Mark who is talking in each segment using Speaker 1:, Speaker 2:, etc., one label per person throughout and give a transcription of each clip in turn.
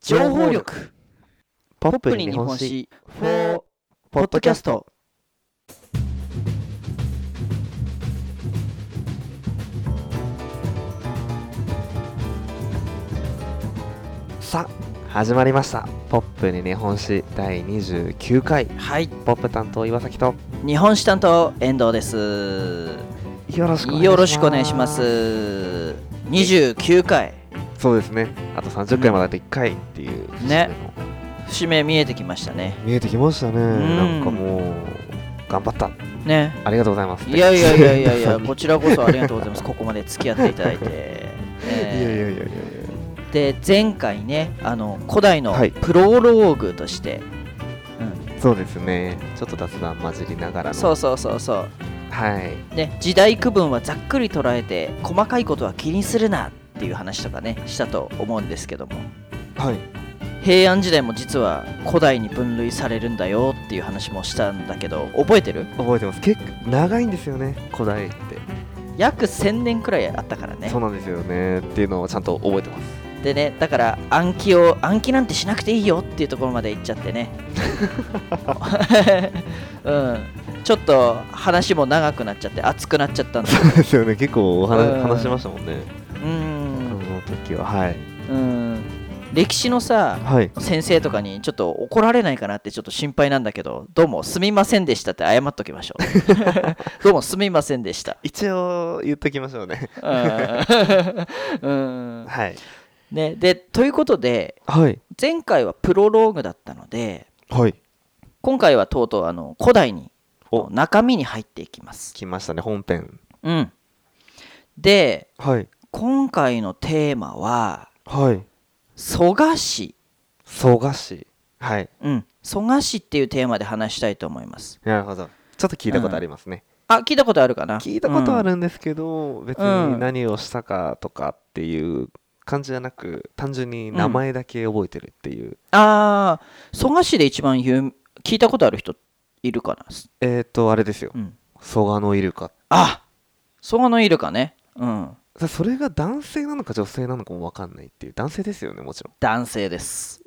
Speaker 1: 情報力
Speaker 2: ポ
Speaker 1: ポッ
Speaker 2: ッ
Speaker 1: プ
Speaker 2: プ
Speaker 1: に
Speaker 2: に
Speaker 1: 日
Speaker 2: 日
Speaker 1: 本
Speaker 2: 本
Speaker 1: 史
Speaker 2: 史
Speaker 1: for
Speaker 2: ポ
Speaker 1: ポッ
Speaker 2: ッ
Speaker 1: ド
Speaker 2: ド
Speaker 1: キ
Speaker 2: キ
Speaker 1: ャ
Speaker 2: ャ
Speaker 1: ス
Speaker 2: ス
Speaker 1: ト
Speaker 2: トさあ始まりました「ポップに日本史」第29回
Speaker 1: はい
Speaker 2: ポップ担当岩崎と
Speaker 1: 日本史担当遠藤です
Speaker 2: よろしくお願いします
Speaker 1: よろしくお願いします29回
Speaker 2: そうですねあと30回まであと1回っていう節目の
Speaker 1: ね節目見えてきましたね
Speaker 2: 見えてきましたね
Speaker 1: ん
Speaker 2: なんかもう頑張った
Speaker 1: ね
Speaker 2: ありがとうございます
Speaker 1: いやいやいやい
Speaker 2: 皆
Speaker 1: やい
Speaker 2: さ
Speaker 1: や
Speaker 2: んに
Speaker 1: こちらこそありがとうございますここまで付き合っていただい て、
Speaker 2: いやいやい
Speaker 1: え
Speaker 2: やいやいや
Speaker 1: ーで前回ねあの古代の
Speaker 2: はい
Speaker 1: プロローグとして、
Speaker 2: そうですねちょっと雑談混じりながら
Speaker 1: う
Speaker 2: の
Speaker 1: ん、そうそうそうそう
Speaker 2: はい
Speaker 1: ね、時代区分はざっくり捉えて細かいことは気にするなっていう話とかねしたと思うんですけども
Speaker 2: はい
Speaker 1: 平安時代も実は古代に分類されるんだよっていう話もしたんだけど覚えてる
Speaker 2: 覚えてます結構長いんですよね古代って、
Speaker 1: 約1000年くらいあったからね
Speaker 2: そうなんですよねっていうのをちゃんと覚えてます
Speaker 1: でねだから暗記を暗記なんてしなくていいよっていうところまで行っちゃっ てねうんちょっと話も長くなっちゃって熱くなっち ゃったんだ
Speaker 2: そうですよね結構お話
Speaker 1: うん
Speaker 2: 話しましたもんね
Speaker 1: うん
Speaker 2: その時ははい
Speaker 1: うん歴史のさ
Speaker 2: はい
Speaker 1: 先生とかにちょっと怒られないかなってちょっと心配なんだけどどうもすみませんでしたって謝っときましょ うどうもすみませんでした
Speaker 2: 一応言っときましょうね
Speaker 1: うんうん
Speaker 2: はい
Speaker 1: ねでということで
Speaker 2: はい
Speaker 1: 前回はプロローグだったので
Speaker 2: はい
Speaker 1: 今回はとうとうあの古代に
Speaker 2: お
Speaker 1: 中身に入っていきます
Speaker 2: 来ましたね本編
Speaker 1: うんで
Speaker 2: はい
Speaker 1: 今回のテーマは
Speaker 2: はい
Speaker 1: 蘇我氏
Speaker 2: 蘇我氏はい
Speaker 1: うん蘇我氏っていうテーマで話したいと思います
Speaker 2: なるほどちょっと聞いたことありますね、
Speaker 1: あ聞いたことあるかな
Speaker 2: 聞いたこと
Speaker 1: うん
Speaker 2: あるんですけど、別に何をしたかとかっていう感じじゃなく単純に名前だけ覚えてるっていう、
Speaker 1: ああ、蘇我市で一番有名聞いたことある人いるかな。
Speaker 2: えっ、ー、とあれですよ
Speaker 1: うん、
Speaker 2: 蘇我のイルカ
Speaker 1: あ蘇我のイルカね。うん、
Speaker 2: さそれが男性なのか女性なのかも分かんないっていう男性ですよねもちろん
Speaker 1: 男性です。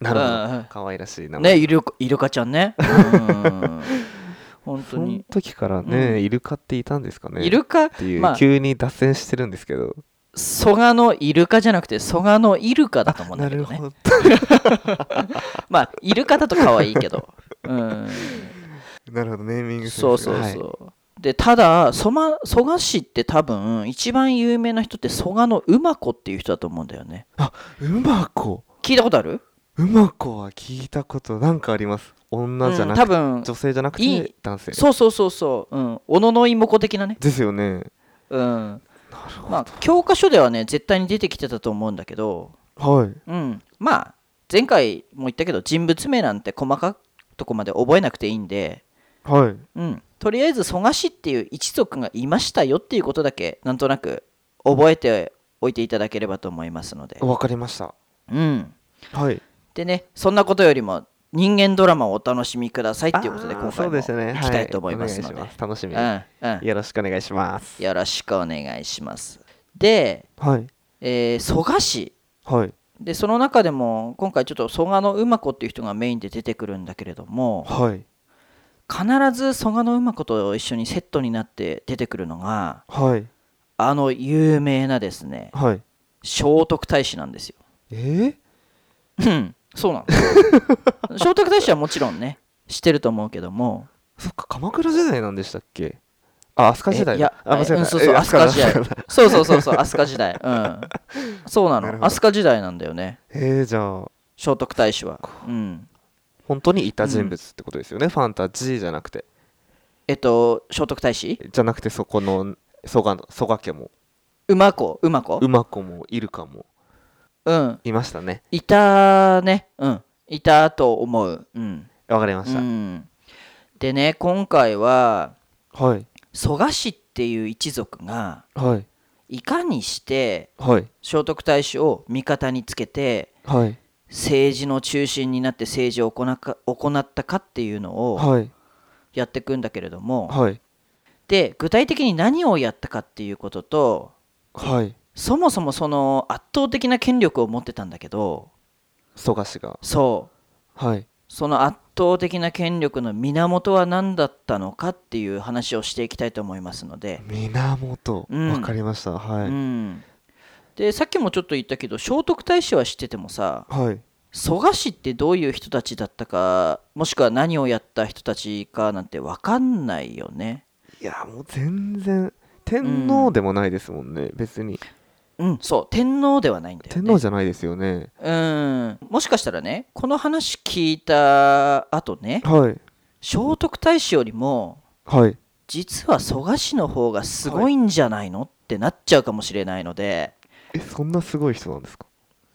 Speaker 2: なるほ
Speaker 1: うんうん
Speaker 2: ど可愛らしい名前、
Speaker 1: ね、イルカイルカちゃんね。うん、本当
Speaker 2: その
Speaker 1: に。
Speaker 2: 時からね、
Speaker 1: うん
Speaker 2: イルカっていたんですかね
Speaker 1: イルカ
Speaker 2: っていう、
Speaker 1: まあ
Speaker 2: 急に脱線してるんですけど
Speaker 1: 蘇我のイルカじゃなくて蘇我のイルカだと思うんだ
Speaker 2: な
Speaker 1: け
Speaker 2: る
Speaker 1: どね
Speaker 2: ほど
Speaker 1: まあイルカだと可愛いけど、 うん、
Speaker 2: なるほどネーミングセンス
Speaker 1: そうそう
Speaker 2: はい
Speaker 1: そう、でただ蘇我蘇我市って多分一番有名な人って蘇我の馬子っていう人だと思うんだよね
Speaker 2: うまこ
Speaker 1: 聞いたことある
Speaker 2: うまこは聞いたことなんかあります女じゃなくて、
Speaker 1: うん、多分
Speaker 2: 女性じゃなく
Speaker 1: いい
Speaker 2: て男性
Speaker 1: そうそうそうそう、うん、おののいもこ的なね、
Speaker 2: ですよね
Speaker 1: うん、
Speaker 2: なる
Speaker 1: まあ教科書ではね絶対に出てきてたと思うんだけど、
Speaker 2: ほどはい
Speaker 1: うん、まあ前回も言ったけど人物名なんて細かいとこまで覚えなくていいんで、
Speaker 2: はい
Speaker 1: うん、とりあえず蘇我氏っていう一族がいましたよっていうことだけなんとなく覚えておいていただければと思いますので、
Speaker 2: わかりました
Speaker 1: うん、
Speaker 2: はい
Speaker 1: でねそんなことよりも人間ドラマをお楽しみくださいっていうことで
Speaker 2: あー
Speaker 1: 今
Speaker 2: そ
Speaker 1: 回
Speaker 2: う
Speaker 1: も
Speaker 2: でしたね
Speaker 1: いきたいと思いますので、
Speaker 2: はお願いし楽しみ、
Speaker 1: うんうん、
Speaker 2: よろしくお願いします
Speaker 1: よろしくお願いします。で、
Speaker 2: はい
Speaker 1: えー蘇我氏
Speaker 2: はい
Speaker 1: でその中でも今回ちょっと蘇我の馬子っていう人がメインで出てくるんだけれども
Speaker 2: はい
Speaker 1: 必ず蘇我の馬子と一緒にセットになって出てくるのが
Speaker 2: はい
Speaker 1: あの有名なですね
Speaker 2: はい
Speaker 1: 聖徳太子なんですよ。
Speaker 2: えー、
Speaker 1: うんそうなの 聖徳太子はもちろんね知ってると思うけども
Speaker 2: そっか鎌倉時代なんでしたっけあ飛鳥時代だ
Speaker 1: えいや
Speaker 2: あ間違えた、
Speaker 1: うんそうそう
Speaker 2: え
Speaker 1: 飛鳥時代
Speaker 2: 飛鳥だ
Speaker 1: そうそうそうそう飛鳥時 代うんそうなの
Speaker 2: なるほど
Speaker 1: 飛鳥時代なんだよね
Speaker 2: えー、じゃあ
Speaker 1: 聖徳太子は。うん
Speaker 2: 本当にいた人物ってことですよね、ファンタジーじゃなくて
Speaker 1: えっと、聖徳太子
Speaker 2: じゃなくてそこの蘇我蘇我家も
Speaker 1: 馬子、馬子
Speaker 2: 馬子もイルカも
Speaker 1: うん。
Speaker 2: いましたね
Speaker 1: いたね。うん。いたと思う。うん。
Speaker 2: わかりました、
Speaker 1: うんでね、今回は、
Speaker 2: はい
Speaker 1: 蘇我氏っていう一族が、
Speaker 2: はい
Speaker 1: いかにして
Speaker 2: はい
Speaker 1: 聖徳太子を味方につけて、
Speaker 2: はい
Speaker 1: 政治の中心になって政治を行なか行ったかっていうのを
Speaker 2: はい
Speaker 1: やっていくんだけれども、
Speaker 2: はい
Speaker 1: で、具体的に何をやったかっていうことと、
Speaker 2: はい
Speaker 1: そもそもその圧倒的な権力を持ってたんだけど、
Speaker 2: 蘇我氏が
Speaker 1: そう
Speaker 2: はい
Speaker 1: その圧倒的な権力の源は何だったのかっていう話をしていきたいと思いますので、
Speaker 2: 源、
Speaker 1: うん
Speaker 2: わかりましたはい、
Speaker 1: うん、でさっきもちょっと言ったけど聖徳太子は知っててもさ
Speaker 2: はい
Speaker 1: 蘇我氏ってどういう人たちだったかもしくは何をやった人たちかなんて分かんないよね。
Speaker 2: いやもう全然天皇でもないですもんね、別に
Speaker 1: うん、そう天皇ではないんだよ、ね、
Speaker 2: 天皇じゃないですよね
Speaker 1: うんもしかしたらねこの話聞いた後ね
Speaker 2: はい
Speaker 1: 聖徳太子よりも
Speaker 2: はい
Speaker 1: 実は蘇我氏の方がすごいんじゃないのってなっちゃうかもしれないので
Speaker 2: えそんなすごい人なんですか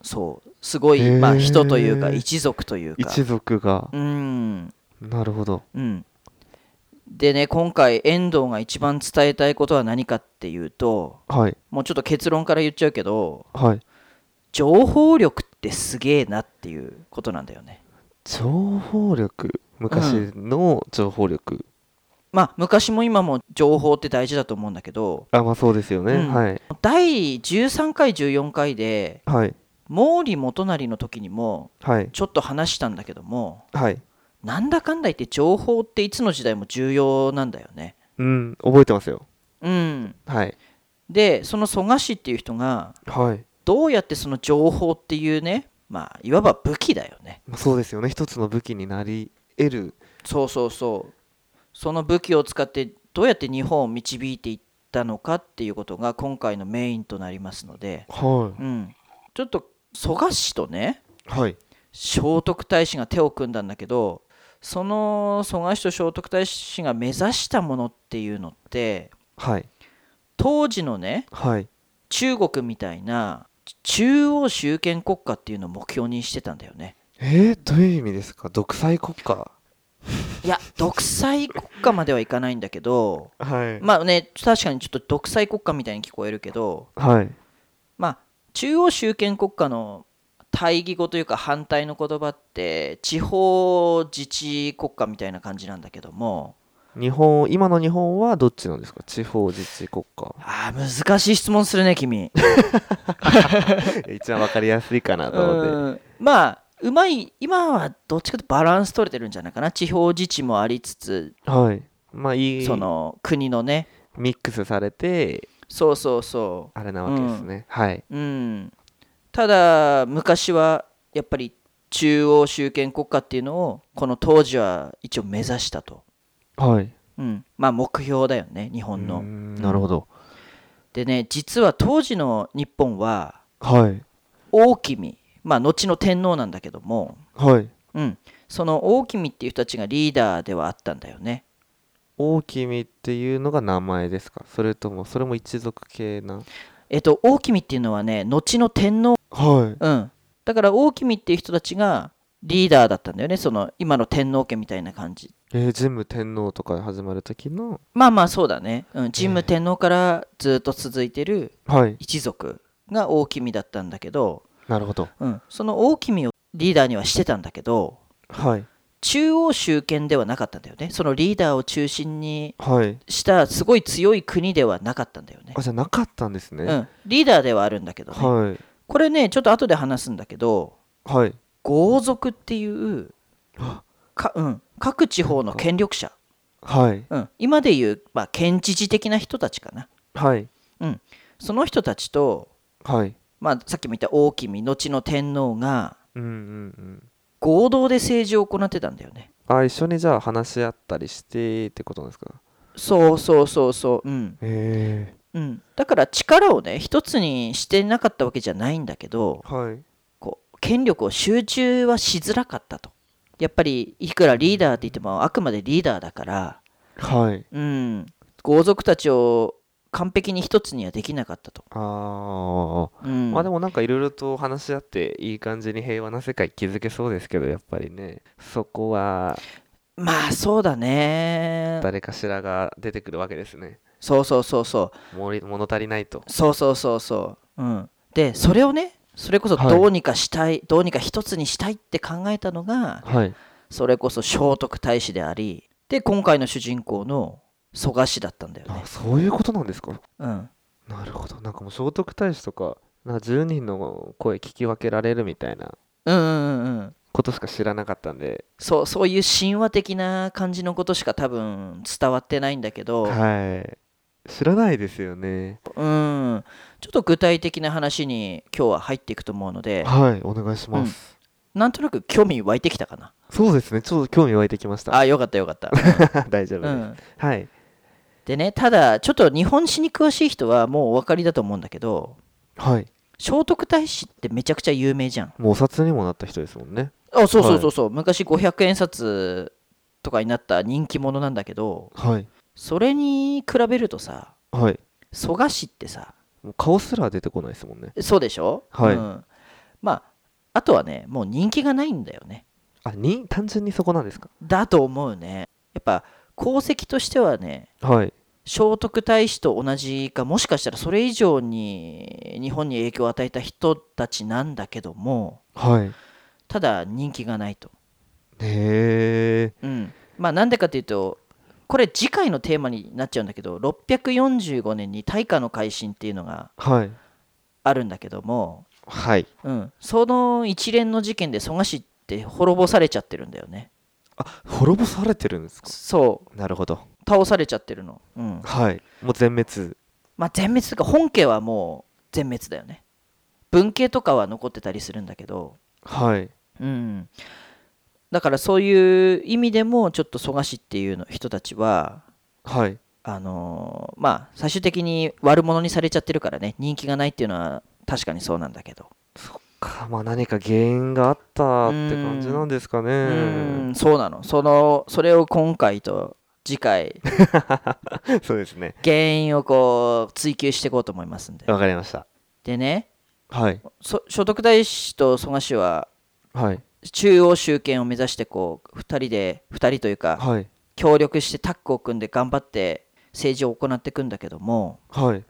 Speaker 1: そうすごい、
Speaker 2: へー
Speaker 1: まあ、人というか一族というか
Speaker 2: 一族が
Speaker 1: うん
Speaker 2: なるほど
Speaker 1: うんでね今回遠藤が一番伝えたいことは何かっていうと
Speaker 2: はい
Speaker 1: もうちょっと結論から言っちゃうけど
Speaker 2: はい
Speaker 1: 情報力ってすげえなっていうことなんだよね
Speaker 2: 情報力昔の情報力、
Speaker 1: まあ昔も今も情報って大事だと思うんだけど
Speaker 2: あまあそうですよね、
Speaker 1: うん
Speaker 2: はい
Speaker 1: 第13回14回で
Speaker 2: はい
Speaker 1: 毛利元就の時にも
Speaker 2: はい
Speaker 1: ちょっと話したんだけども
Speaker 2: はい
Speaker 1: なんだかんだ言って情報っていつの時代も重要なんだよね。
Speaker 2: うん覚えてますよ
Speaker 1: うん、
Speaker 2: はい
Speaker 1: でその蘇我氏っていう人が
Speaker 2: はい、
Speaker 1: どうやってその情報っていうねまあいわば武器だよね。
Speaker 2: まあ、そうですよね一つの武器になり得る
Speaker 1: そうそうそうその武器を使ってどうやって日本を導いていったのかっていうことが今回のメインとなりますので、
Speaker 2: は
Speaker 1: うん、ちょっと蘇我氏とね
Speaker 2: いはい
Speaker 1: 聖徳太子が手を組んだんだけどその蘇我氏と聖徳太子が目指したものっていうのって
Speaker 2: はい
Speaker 1: 当時のね
Speaker 2: はい
Speaker 1: 中国みたいな中央集権国家っていうのを目標にしてたんだよね。
Speaker 2: えー、どういう意味ですか独裁国家
Speaker 1: いや独裁国家まではいかないんだけど
Speaker 2: はい
Speaker 1: まあね確かにちょっと独裁国家みたいに聞こえるけど
Speaker 2: はい
Speaker 1: まあ中央集権国家の対義語というか反対の言葉って地方自治国家みたいな感じなんだけども
Speaker 2: 日本今の日本はどっちなんですか地方自治国家
Speaker 1: あー難しい質問するね君
Speaker 2: 一番わかりやすいかなと思って
Speaker 1: うんまあうまい今はどっちかというとバランス取れてるんじゃないかな地方自治もありつつ
Speaker 2: はい。まあいい
Speaker 1: その国のね
Speaker 2: ミックスされて
Speaker 1: そうそうそ
Speaker 2: あれなわけですね。はい。
Speaker 1: ううんただ昔はやっぱり中央集権国家っていうのをこの当時は一応目指したと、
Speaker 2: はい。
Speaker 1: うん、まあ目標だよね日本の
Speaker 2: なるほど。
Speaker 1: でね実は当時の日本は
Speaker 2: はい。
Speaker 1: 大君まあ後の天皇なんだけども
Speaker 2: はい。
Speaker 1: うん、その大君っていう人たちがリーダーではあったんだよね。
Speaker 2: 大君っていうのが名前ですかそれともそれも一族系な
Speaker 1: えっと大君っていうのはね後の天皇、
Speaker 2: は
Speaker 1: うん、だから大君っていう人たちがリーダーだったんだよねその今の天皇家みたいな感じ。
Speaker 2: い。えー、神武天皇とか始まる時の
Speaker 1: まあまあそうだね、うん、神武天皇からずっと続いてる
Speaker 2: はい。
Speaker 1: 一族が大君だったんだけど、
Speaker 2: なるほど。
Speaker 1: うん、その大君をリーダーにはしてたんだけど
Speaker 2: はい。
Speaker 1: 中央集権ではなかったんだよねそのリーダーを中心に
Speaker 2: はい。
Speaker 1: したすごい強い国ではなかったんだよね
Speaker 2: あ、。じゃあなかったんですね。
Speaker 1: う
Speaker 2: は
Speaker 1: ん、リーダーではあるんだけどね、
Speaker 2: い。
Speaker 1: これねちょっと後で話すんだけど
Speaker 2: はい。
Speaker 1: 豪族っていう
Speaker 2: あ
Speaker 1: か、うん、各地方の権力者、
Speaker 2: はい。
Speaker 1: うん、今でいう、まあ、県知事的な人たちかな
Speaker 2: はい。
Speaker 1: その人たちと、
Speaker 2: はい。
Speaker 1: まあ、さっきも言った大君後の天皇が
Speaker 2: うんうんうん。
Speaker 1: 合同で政治を行ってたんだよね
Speaker 2: あ、一緒にじゃあ話し合ったりしてってことなんですか
Speaker 1: そうそうそうそううん、
Speaker 2: え
Speaker 1: うん、だから力をね一つにしてなかったわけじゃないんだけど
Speaker 2: えはい。
Speaker 1: こう権力を集中はしづらかったとやっぱりいくらリーダーって言ってもあくまでリーダーだから
Speaker 2: はい。
Speaker 1: うん豪族たちを完璧に一つにはできなかったと、
Speaker 2: ああ、
Speaker 1: うん、
Speaker 2: まあでもなんかいろいろと話し合っていい感じに平和な世界築けそうですけどやっぱりねそこは
Speaker 1: まあそうだね
Speaker 2: 誰かしらが出てくるわけですね
Speaker 1: そうそうそうそ
Speaker 2: 盛り物足りないと
Speaker 1: うそうそうそうそううんでそれをねそれこそ
Speaker 2: はい
Speaker 1: どうにかしたい、どうにか一つにしたいって考えたのが
Speaker 2: はい
Speaker 1: それこそ聖徳太子でありで今回の主人公の蘇我氏だったんだよね
Speaker 2: あ、そういうことなんですか
Speaker 1: うん、
Speaker 2: なるほどなんかもう聖徳太子とかなんか10人の声聞き分けられるみたいな
Speaker 1: うんうんうんうん
Speaker 2: ことしか知らなかったんで、
Speaker 1: そうそういう神話的な感じのことしか多分伝わってないんだけど、
Speaker 2: はい、知らないですよね。
Speaker 1: うん、ちょっと具体的な話に今日は入っていくと思うので、
Speaker 2: はい、お願いします。
Speaker 1: なんとなく興味湧いてきたかな。
Speaker 2: そうですね、ちょっと興味湧いてきました。
Speaker 1: あよかったよかった。
Speaker 2: 大丈夫
Speaker 1: う
Speaker 2: です。
Speaker 1: ん、
Speaker 2: はい。
Speaker 1: でねただちょっと日本史に詳しい人はもうお分かりだと思うんだけど
Speaker 2: はい。
Speaker 1: 聖徳太子ってめちゃくちゃ有名じゃん。
Speaker 2: もうお札にもなった人ですもんね。
Speaker 1: あそうそうそうそう、昔500円札とかになった人気者なんだけど
Speaker 2: はい。
Speaker 1: それに比べるとさ
Speaker 2: はい。
Speaker 1: 蘇我氏ってさ
Speaker 2: もう顔すら出てこないですもんね。
Speaker 1: そうでしょ、
Speaker 2: はい
Speaker 1: うん、まああとはねもう人気がないんだよね
Speaker 2: あ、に単純にそこなんですか
Speaker 1: だと思うねやっぱ功績としてはね
Speaker 2: はい。
Speaker 1: 聖徳太子と同じかもしかしたらそれ以上に日本に影響を与えた人たちなんだけども
Speaker 2: はい。
Speaker 1: ただ人気がないと、
Speaker 2: へえ。
Speaker 1: うん、まあなんでかというとこれ次回のテーマになっちゃうんだけど645年に大化の改新っていうのが
Speaker 2: はい。
Speaker 1: あるんだけども、
Speaker 2: はい。
Speaker 1: うん、その一連の事件で蘇我氏って滅ぼされちゃってるんだよね
Speaker 2: 滅ぼされてるんですか
Speaker 1: そう
Speaker 2: なるほど。
Speaker 1: 倒されちゃってるの、うん、
Speaker 2: はい。もう全滅。
Speaker 1: まあ全滅というか本家はもう全滅だよね文系とかは残ってたりするんだけど
Speaker 2: はい。
Speaker 1: うんだからそういう意味でもちょっと蘇我氏っていうの人たちは
Speaker 2: はい。
Speaker 1: あのーまあ最終的に悪者にされちゃってるからね人気がないっていうのは確かにそうなんだけど
Speaker 2: かまあ何か原因があったって感じなんですか
Speaker 1: う
Speaker 2: ね。
Speaker 1: んそうなのそのそれを今回と次回
Speaker 2: そうですね。
Speaker 1: 原因をこう追求していこうと思いますんで
Speaker 2: わかりました。
Speaker 1: でね
Speaker 2: はい。
Speaker 1: そ所得大使と蘇我氏は
Speaker 2: はい。
Speaker 1: 中央集権を目指してこう2人で2人というか
Speaker 2: はい。
Speaker 1: 協力してタッグを組んで頑張って政治を行っていくんだけども
Speaker 2: はい。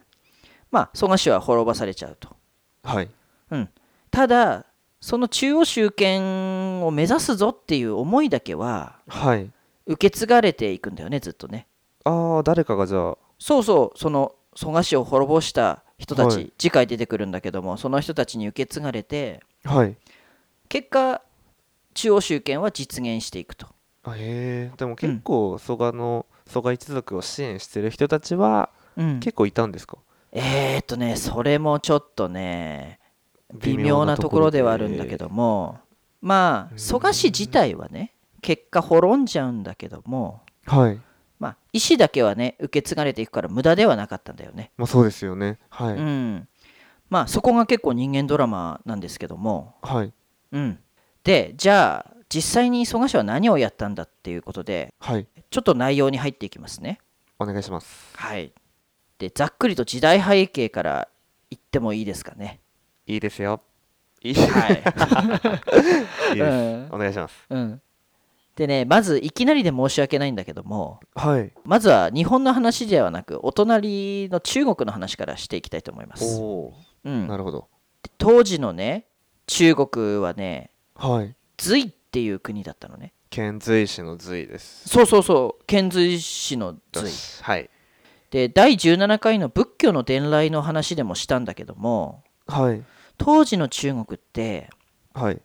Speaker 1: まあ蘇我氏は滅ぼされちゃうと
Speaker 2: はい。
Speaker 1: ただその中央集権を目指すぞっていう思いだけは
Speaker 2: はい。
Speaker 1: 受け継がれていくんだよねずっとね
Speaker 2: ああ、誰かがじゃあ。
Speaker 1: そうそうその蘇我氏を滅ぼした人たち、
Speaker 2: はい
Speaker 1: 次回出てくるんだけどもその人たちに受け継がれて
Speaker 2: はい。
Speaker 1: 結果中央集権は実現していくと
Speaker 2: あへえでも結構蘇我の蘇我一族を支援してる人たちは
Speaker 1: うん
Speaker 2: 結構いたんですか、
Speaker 1: えー、っとねそれもちょっとね微妙なところではあるんだけどもま
Speaker 2: う
Speaker 1: あ
Speaker 2: ん
Speaker 1: 蘇我氏自体はね結果滅んじゃうんだけども
Speaker 2: はい
Speaker 1: まあ意思だけはね受け継がれていくから無駄ではなかったんだよね
Speaker 2: まあそうですよねはい、
Speaker 1: うんまあそこが結構人間ドラマなんですけども
Speaker 2: はい
Speaker 1: うんでじゃあ実際に蘇我氏は何をやったんだっていうことで
Speaker 2: はい
Speaker 1: ちょっと内容に入っていきますね
Speaker 2: お願いします
Speaker 1: はいでざっくりと時代背景から言ってもいいですかね
Speaker 2: いいですよいい
Speaker 1: はい
Speaker 2: いいです、
Speaker 1: うん
Speaker 2: お願いします
Speaker 1: うん、でねまずいきなりで申し訳ないんだけども
Speaker 2: はい
Speaker 1: まずは日本の話ではなくお隣の中国の話からしていきたいと思いま
Speaker 2: お
Speaker 1: す、
Speaker 2: お
Speaker 1: う、
Speaker 2: ーなんるほど
Speaker 1: 当時のね中国はね
Speaker 2: はい
Speaker 1: 隋っていう国だったのね
Speaker 2: 遣隋使の隋です
Speaker 1: そうそうそう遣隋使の隋
Speaker 2: 隋はい
Speaker 1: で第17回の仏教の伝来の話でもしたんだけども
Speaker 2: はい
Speaker 1: 当時の中国って
Speaker 2: はい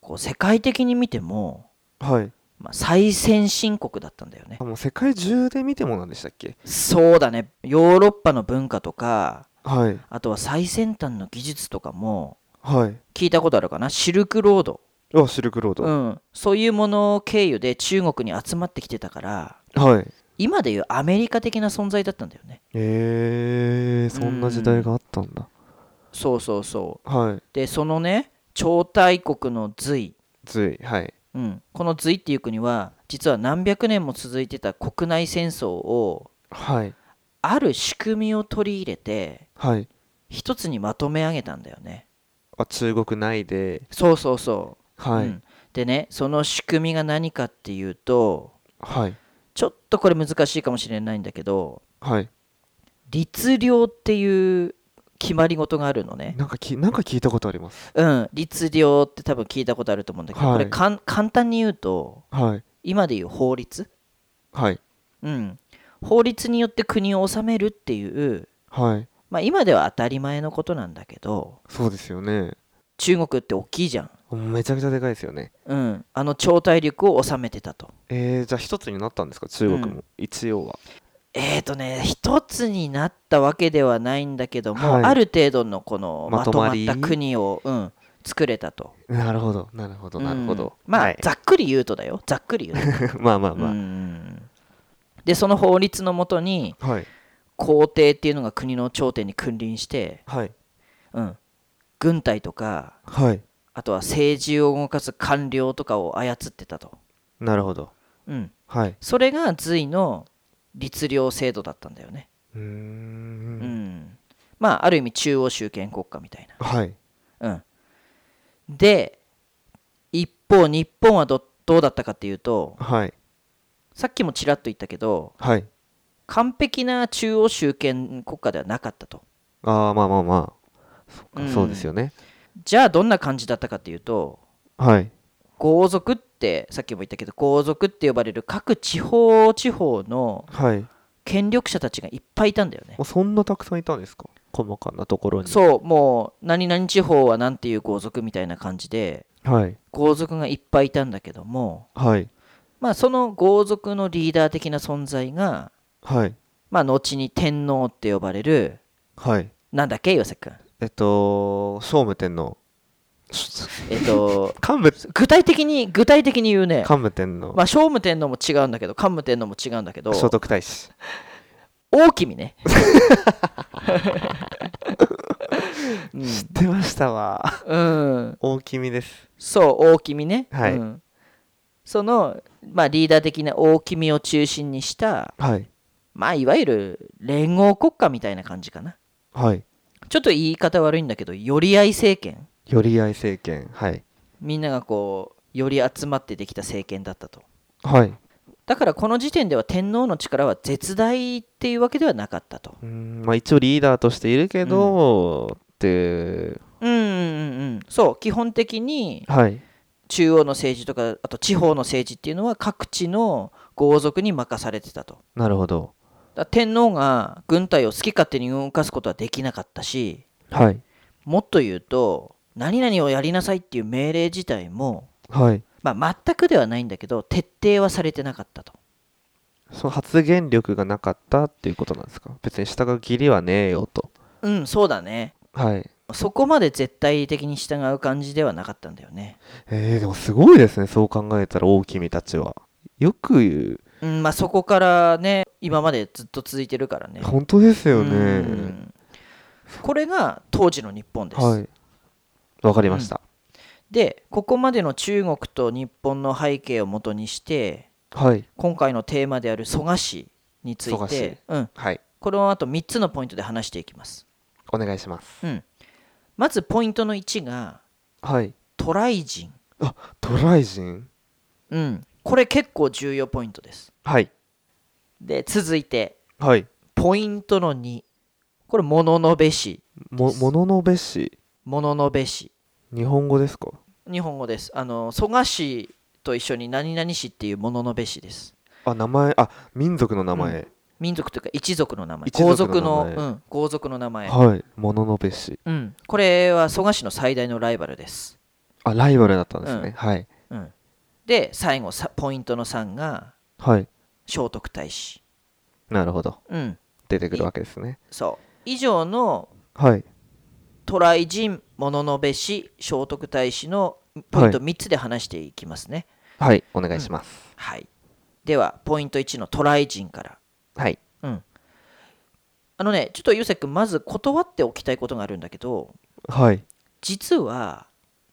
Speaker 1: こう世界的に見ても、
Speaker 2: はい
Speaker 1: まあ、最先進国だったんだよね
Speaker 2: あもう世界中で見てもなんでしたっけ
Speaker 1: そうだねヨーロッパの文化とか
Speaker 2: はい
Speaker 1: あとは最先端の技術とかも
Speaker 2: はい
Speaker 1: 聞いたことあるかなシルクロード、
Speaker 2: あシルクロード、
Speaker 1: うん、そういうものを経由で中国に集まってきてたから
Speaker 2: はい
Speaker 1: 今でいうアメリカ的な存在だったんだよね
Speaker 2: えー、そんな時代があったんだ
Speaker 1: そうそうそう
Speaker 2: はい
Speaker 1: でそのね超大国の隋、
Speaker 2: 隋はい
Speaker 1: うん、この隋っていう国は実は何百年も続いてた国内戦争を
Speaker 2: はい
Speaker 1: ある仕組みを取り入れて
Speaker 2: はい
Speaker 1: 一つにまとめ上げたんだよね
Speaker 2: あ中国内で
Speaker 1: そうそうそう
Speaker 2: はい、
Speaker 1: うんでねその仕組みが何かっていうと
Speaker 2: はい
Speaker 1: ちょっとこれ難しいかもしれないんだけど
Speaker 2: はい
Speaker 1: 律令っていう決まり事があるのね。
Speaker 2: なんかきなんか聞いたことあります
Speaker 1: うん、律令って多分聞いたことあると思うんだけど、
Speaker 2: はい
Speaker 1: これかん簡単に言うと
Speaker 2: はい
Speaker 1: 今で言う法律、
Speaker 2: はい
Speaker 1: うん、法律によって国を治めるっていう、
Speaker 2: はい
Speaker 1: まあ、今では当たり前のことなんだけど
Speaker 2: そうですよね
Speaker 1: 中国って大きいじゃん、
Speaker 2: めちゃくちゃでかいですよね。
Speaker 1: うん、あの超大陸を治めてたと
Speaker 2: えー、じゃあ一つになったんですか中国も、
Speaker 1: う
Speaker 2: 一応は。
Speaker 1: えーとね一つになったわけではないんだけども、
Speaker 2: はい
Speaker 1: ある程度のこの
Speaker 2: ま
Speaker 1: ま
Speaker 2: と
Speaker 1: とま
Speaker 2: ま
Speaker 1: っ
Speaker 2: り
Speaker 1: た国を、うん、作れたと
Speaker 2: なるほどなるほどなるほ
Speaker 1: うん
Speaker 2: ど。
Speaker 1: まあ、
Speaker 2: はい
Speaker 1: ざっくり言うとだよざっくり言 う
Speaker 2: まあまあ
Speaker 1: と、
Speaker 2: まあ。
Speaker 1: うんでその法律のもとに
Speaker 2: はい
Speaker 1: 皇帝っていうのが国の頂点に君臨して、
Speaker 2: はい
Speaker 1: うん、軍隊とか
Speaker 2: はい。
Speaker 1: あとは政治を動かす官僚とかを操ってたと、
Speaker 2: なるほど。
Speaker 1: うん、
Speaker 2: はい。
Speaker 1: それが隋の律令制度だったんだよね、
Speaker 2: うー
Speaker 1: うん
Speaker 2: ん。
Speaker 1: まあある意味中央集権国家みたいな
Speaker 2: はい。
Speaker 1: うん、で一方日本はどどうだったかっていうと
Speaker 2: はい。
Speaker 1: さっきもちらっと言ったけど
Speaker 2: はい。
Speaker 1: 完璧な中央集権国家ではなかったと
Speaker 2: ああまあまあまあ。そっか、
Speaker 1: うん
Speaker 2: そうですよね。
Speaker 1: じゃあどんな感じだったかっていうと
Speaker 2: はい。
Speaker 1: 豪族ってさっきも言ったけど豪族って呼ばれる各地方地方の
Speaker 2: はい。も
Speaker 1: 権力者たちがいっぱいいたんだよね
Speaker 2: うそんなたくさんいたんですか細かなところに。
Speaker 1: そうもう何々地方はなんていう豪族みたいな感じで
Speaker 2: はい。
Speaker 1: 豪族がいっぱいいたんだけども
Speaker 2: はい。
Speaker 1: まあその豪族のリーダー的な存在が
Speaker 2: はい。
Speaker 1: まあ、後に天皇って呼ばれる、
Speaker 2: はい。
Speaker 1: なんだっけ、岩瀬君。
Speaker 2: えっと、聖武天皇。
Speaker 1: えっと、
Speaker 2: 桓武、
Speaker 1: 具体的に、具体的に言うね、
Speaker 2: 桓武天皇。
Speaker 1: まあ、聖武天皇も違うんだけど、桓武天皇も違うんだけど、
Speaker 2: 聖徳太子。
Speaker 1: 大君ね。うん
Speaker 2: 知ってましたわ。
Speaker 1: うん、
Speaker 2: 大きみです。
Speaker 1: そう、大君ね。
Speaker 2: はい
Speaker 1: うんその、まあ、リーダー的な大君を中心にした、
Speaker 2: はい。
Speaker 1: まあ、いわゆる連合国家みたいな感じかな。
Speaker 2: はい。
Speaker 1: ちょっと言い方悪いんだけど、寄り合い政権。
Speaker 2: 寄り合い政権。はい。
Speaker 1: みんながこう、より集まってできた政権だったと。
Speaker 2: はい。う
Speaker 1: だからこの時点では天皇の力は絶大っていうわけではなかったと。
Speaker 2: ーん、まあ一応リーダーとしているけど、って、
Speaker 1: うんうんうん、そう基本的に
Speaker 2: はい。
Speaker 1: 中央の政治とかあと地方の政治っていうのは各地の豪族に任されてたと。
Speaker 2: なるほど。
Speaker 1: だから天皇が軍隊を好き勝手に動かすことはできなかったし
Speaker 2: はい。
Speaker 1: もっと言うと何々をやりなさいっていう命令自体も、
Speaker 2: はい。
Speaker 1: まあ、全くではないんだけど徹底はされてなかったと。
Speaker 2: その発言力がなかったっていうことなんですか別に従う義理はねえよと。
Speaker 1: うんそうだね
Speaker 2: はい。
Speaker 1: そこまで絶対的に従う感じではなかったんだよね。
Speaker 2: えー、でもすごいですね。そう考えたら大君たちは。よく言
Speaker 1: うんまあ、そこからね今までずっと続いてるからね
Speaker 2: う。。本当ですよ
Speaker 1: う
Speaker 2: ね。
Speaker 1: んこれが当時の日本です。
Speaker 2: はい。わかりました。
Speaker 1: でここまでの中国と日本の背景をもとにして
Speaker 2: はい。
Speaker 1: 今回のテーマである蘇我氏につ
Speaker 2: 蘇我
Speaker 1: い
Speaker 2: 氏
Speaker 1: て、うん、
Speaker 2: はい。
Speaker 1: この後3つのポイントで話していきます。
Speaker 2: お願いします。
Speaker 1: うん、まずポイントの1が
Speaker 2: はい。
Speaker 1: 渡来人、
Speaker 2: 渡来人
Speaker 1: うん、これ結構重要ポイントです。
Speaker 2: はい。
Speaker 1: で続いて
Speaker 2: はい。
Speaker 1: ポイントの2これ物のべ氏
Speaker 2: も、もののべし。
Speaker 1: 物のべ氏
Speaker 2: 日本語ですか
Speaker 1: 日本語です。あの蘇我氏と一緒に何々氏っていうもののべ氏です。
Speaker 2: あ、名前、あ、民族の名前。
Speaker 1: 民族というか一族の名前。
Speaker 2: 一
Speaker 1: 豪
Speaker 2: 族
Speaker 1: 族
Speaker 2: の
Speaker 1: の
Speaker 2: 名前
Speaker 1: うん、豪族の名前。
Speaker 2: はい。もののべし。
Speaker 1: うん、これは蘇我氏の最大のライバルです。
Speaker 2: あ、ライバルだったんです
Speaker 1: うん
Speaker 2: ね。はい。
Speaker 1: うん、で最後さポイントの3が
Speaker 2: はい。
Speaker 1: 聖徳太子。
Speaker 2: なるほど。
Speaker 1: うん、
Speaker 2: 出てくるわけですね。
Speaker 1: そう以上の
Speaker 2: はい。
Speaker 1: 渡来人、物のべ氏、聖徳太子のポイント3つで話していきますね。
Speaker 2: はい。お願いします。
Speaker 1: はいではポイント1の渡来人から。
Speaker 2: はい。
Speaker 1: あのねちょっとユセ君まず断っておきたいことがあるんだけど。
Speaker 2: はい。
Speaker 1: 実は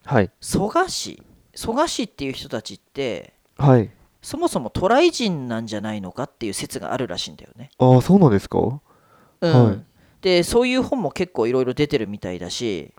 Speaker 2: はい。
Speaker 1: 蘇我氏蘇我氏っていう人たちって
Speaker 2: はい。
Speaker 1: そもそも渡来人なんじゃないのかっていう説があるらしいんだよね。
Speaker 2: ああ、そうなんですかは
Speaker 1: うん
Speaker 2: はい
Speaker 1: でそういう本も結構いろいろ出てるみたいだし
Speaker 2: い。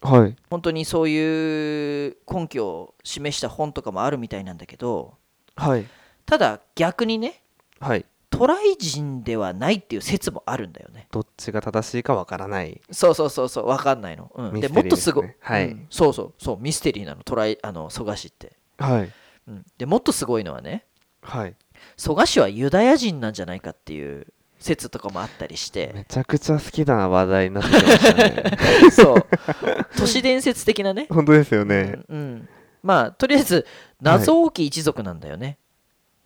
Speaker 1: 本当にそういう根拠を示した本とかもあるみたいなんだけど
Speaker 2: はい。
Speaker 1: ただ逆にね
Speaker 2: はい。
Speaker 1: 渡来人ではないっていう説もあるんだよね。
Speaker 2: どっちが正しいかわからない。
Speaker 1: そうそうそうそう分かんないの。うん、
Speaker 2: ミ
Speaker 1: で
Speaker 2: ス
Speaker 1: も
Speaker 2: テ
Speaker 1: っ
Speaker 2: リー
Speaker 1: と
Speaker 2: ですすね
Speaker 1: ごい、
Speaker 2: はい
Speaker 1: うんそうそうそうミステリーなの渡来あの蘇我氏って、
Speaker 2: はい。
Speaker 1: うん。でもっとすごいのはね
Speaker 2: はい。
Speaker 1: 蘇我氏はユダヤ人なんじゃないかっていう説とかもあったりし て
Speaker 2: めちゃくちゃ好きな話題になってきましたね
Speaker 1: そう都市伝説的なね、
Speaker 2: 本当ですよね
Speaker 1: うんうん、まあとりあえず謎多き一族なんだよね、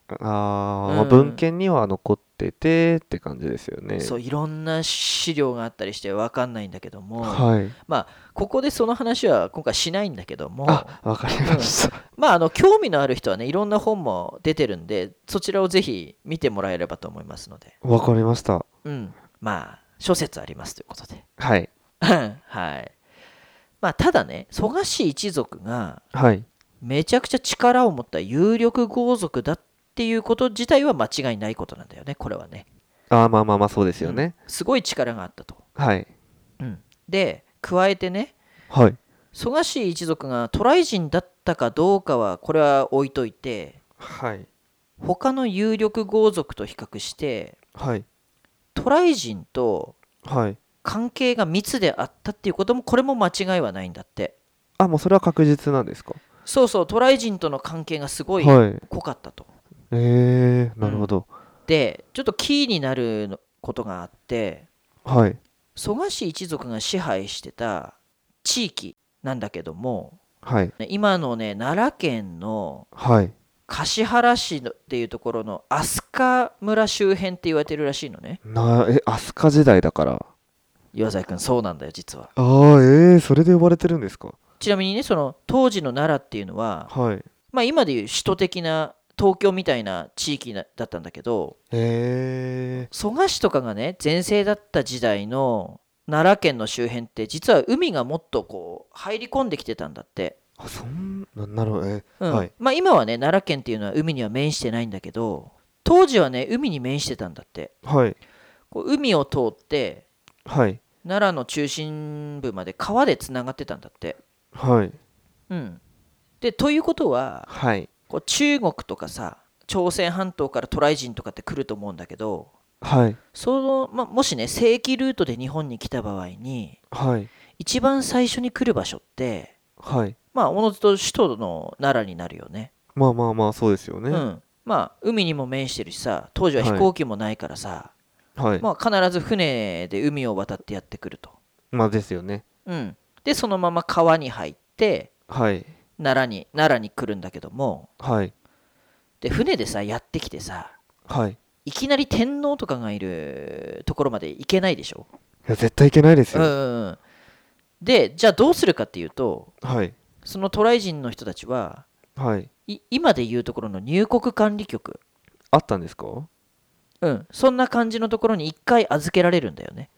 Speaker 2: あー、まあ
Speaker 1: うん
Speaker 2: 文献には残っててって感じですよね
Speaker 1: そういろんな資料があったりして分かんないんだけども、
Speaker 2: はい
Speaker 1: ここでその話は今回しないんだけども
Speaker 2: あわかりました、
Speaker 1: まああの興味のある人はねいろんな本も出てるんでそちらをぜひ見てもらえればと思いますので、
Speaker 2: わかりました
Speaker 1: うん、まあ諸説ありますということで
Speaker 2: はい
Speaker 1: はいまあただね蘇我氏一族が
Speaker 2: はい
Speaker 1: めちゃくちゃ力を持った有力豪族だっていうこと自体は間違いないことなんだよねこれはね
Speaker 2: あーまあまあまあそうですよね、
Speaker 1: すごい力があったと、
Speaker 2: はい
Speaker 1: うん、で加えてね
Speaker 2: はい
Speaker 1: 蘇我氏一族が渡来人だったかどうかはこれは置いといて
Speaker 2: はい
Speaker 1: 他の有力豪族と比較して
Speaker 2: はい
Speaker 1: 渡来人と
Speaker 2: はい
Speaker 1: 関係が密であったっていうこともこれも間違いはないんだって
Speaker 2: あもうそれは確実なんですか
Speaker 1: そうそう渡来人との関係がすごい
Speaker 2: はい
Speaker 1: 濃かったと、
Speaker 2: えー、なるほど、
Speaker 1: でちょっとキーになるのことがあって
Speaker 2: はい
Speaker 1: 蘇我氏一族が支配してた地域なんだけども
Speaker 2: はい
Speaker 1: ね今のね奈良県の
Speaker 2: はい
Speaker 1: 橿原市のっていうところの飛鳥村周辺って言われてるらしいのね
Speaker 2: なえ飛鳥時代だから
Speaker 1: 岩崎君そうなんだよ実は
Speaker 2: ああえー、それで呼ばれてるんですか
Speaker 1: ちなみにねその当時の奈良っていうのは
Speaker 2: はい
Speaker 1: まあ今でいう首都的な東京みたいな地域なだったんだけど
Speaker 2: え
Speaker 1: 蘇我氏とかがね全盛だった時代の奈良県の周辺って実は海がもっとこう入り込んできてたんだって
Speaker 2: ー、あそんななるほどえ
Speaker 1: うん
Speaker 2: はい
Speaker 1: まあ今はね奈良県っていうのは海には面してないんだけど当時はね海に面してたんだって
Speaker 2: はい
Speaker 1: こう海を通って
Speaker 2: はい
Speaker 1: 奈良の中心部まで川でつながってたんだって。
Speaker 2: はい
Speaker 1: うん、でということは
Speaker 2: はい
Speaker 1: こう中国とかさ朝鮮半島から渡来人とかって来ると思うんだけど
Speaker 2: はい
Speaker 1: その、まあ、もしね正規ルートで日本に来た場合に
Speaker 2: はい
Speaker 1: 一番最初に来る場所って
Speaker 2: はい
Speaker 1: まあおのずと首都の奈良になるよね。
Speaker 2: まあまあまあそうですよね、
Speaker 1: うん、まあ海にも面してるしさ当時は飛行機もないからさ、
Speaker 2: はいま
Speaker 1: まあ、必ず船で海を渡ってやってくると、
Speaker 2: あですよね
Speaker 1: うん、でそのまま川に入って
Speaker 2: はい
Speaker 1: 奈良に奈良に来るんだけども
Speaker 2: はい
Speaker 1: で船でさやってきてさ
Speaker 2: はいい
Speaker 1: いきなり天皇とかがいるところまで行けないでしょ、
Speaker 2: や絶対いけないです
Speaker 1: うんう
Speaker 2: よ、
Speaker 1: んうん、でじゃあどうするかっていうと
Speaker 2: はい
Speaker 1: その渡来人の人たちは
Speaker 2: はい
Speaker 1: い今でいうところの入国管理局、
Speaker 2: あったんですか
Speaker 1: うん、そんな感じのところに一回預けられるんだよね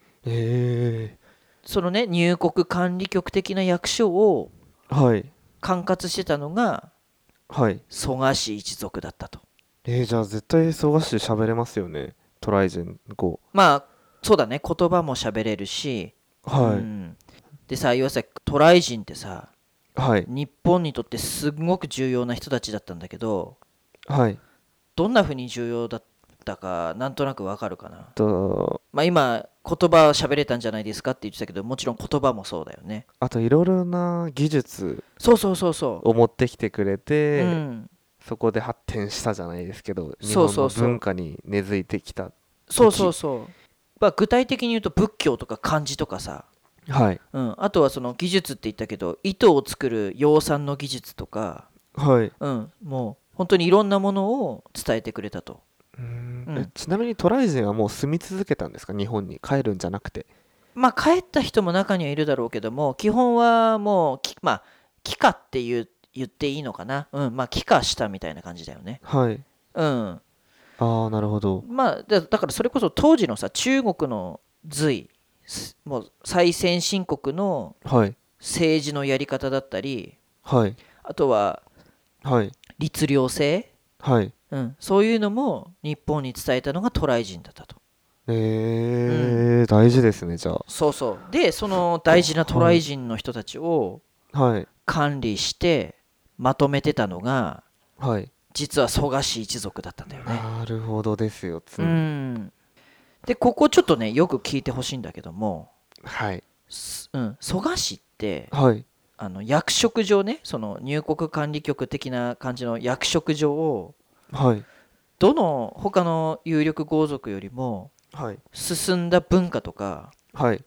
Speaker 2: え
Speaker 1: そのね入国管理局的な役所を
Speaker 2: えはい
Speaker 1: 管轄してたのが
Speaker 2: はい
Speaker 1: 蘇我氏一族だったと
Speaker 2: えー、じゃあ絶対忙しい喋れますよねトライジン語
Speaker 1: まあそうだね言葉も喋れるし、
Speaker 2: はい、
Speaker 1: うんでさ岩崎渡来人ってさ
Speaker 2: はい
Speaker 1: 日本にとってすごく重要な人たちだったんだけど
Speaker 2: はい
Speaker 1: どんな風に重要だったかなんとなくわかるかな
Speaker 2: と
Speaker 1: まあ今言葉喋れたんじゃないですかって言ってたけどもちろん言葉もそうだよね
Speaker 2: あといろいろな技術
Speaker 1: そうそうそうそ
Speaker 2: を持ってきてくれ
Speaker 1: う、
Speaker 2: て、
Speaker 1: うん、
Speaker 2: そこで発展したじゃないですけど日
Speaker 1: そう
Speaker 2: 本
Speaker 1: そ
Speaker 2: の
Speaker 1: うそう
Speaker 2: 文化に根付いてきた
Speaker 1: そうそうそうまあ具体的に言うと仏教とか漢字とかさ
Speaker 2: はい
Speaker 1: うん、あとはその技術って言ったけど糸を作る養蚕の技術とか、
Speaker 2: はい
Speaker 1: うん、もう本当にいろんなものを伝えてくれたと
Speaker 2: うん
Speaker 1: うん
Speaker 2: えちなみにトライ人はもう住み続けたんですか日本に帰るんじゃなくて
Speaker 1: まあ帰った人も中にはいるだろうけども基本はもうきまあ帰化っていう言っていいのかな、うん、まあ帰化したみたいな感じだよね
Speaker 2: はい
Speaker 1: うん
Speaker 2: ああなるほど
Speaker 1: まあだだからそれこそ当時のさ中国の隋すもう最先進国の
Speaker 2: はい
Speaker 1: 政治のやり方だったり
Speaker 2: はい
Speaker 1: あとは
Speaker 2: はい
Speaker 1: 律令制
Speaker 2: はい
Speaker 1: うん、そういうのも日本に伝えたのが渡来人だったと
Speaker 2: えー大事ですねじゃ
Speaker 1: そうそうでその大事な渡来人の人たちを
Speaker 2: あはい
Speaker 1: 管理してまとめてたのが
Speaker 2: はい
Speaker 1: 実は蘇我氏一族だったんだよね
Speaker 2: なるほどですよつ
Speaker 1: う
Speaker 2: まり
Speaker 1: んでここちょっとねよく聞いてほしいんだけども、
Speaker 2: はい
Speaker 1: すうん、蘇我氏って
Speaker 2: はい
Speaker 1: あの役職上ねその入国管理局的な感じの役職上を
Speaker 2: はい
Speaker 1: どの他の有力豪族よりも
Speaker 2: はい
Speaker 1: 進んだ文化とか
Speaker 2: はい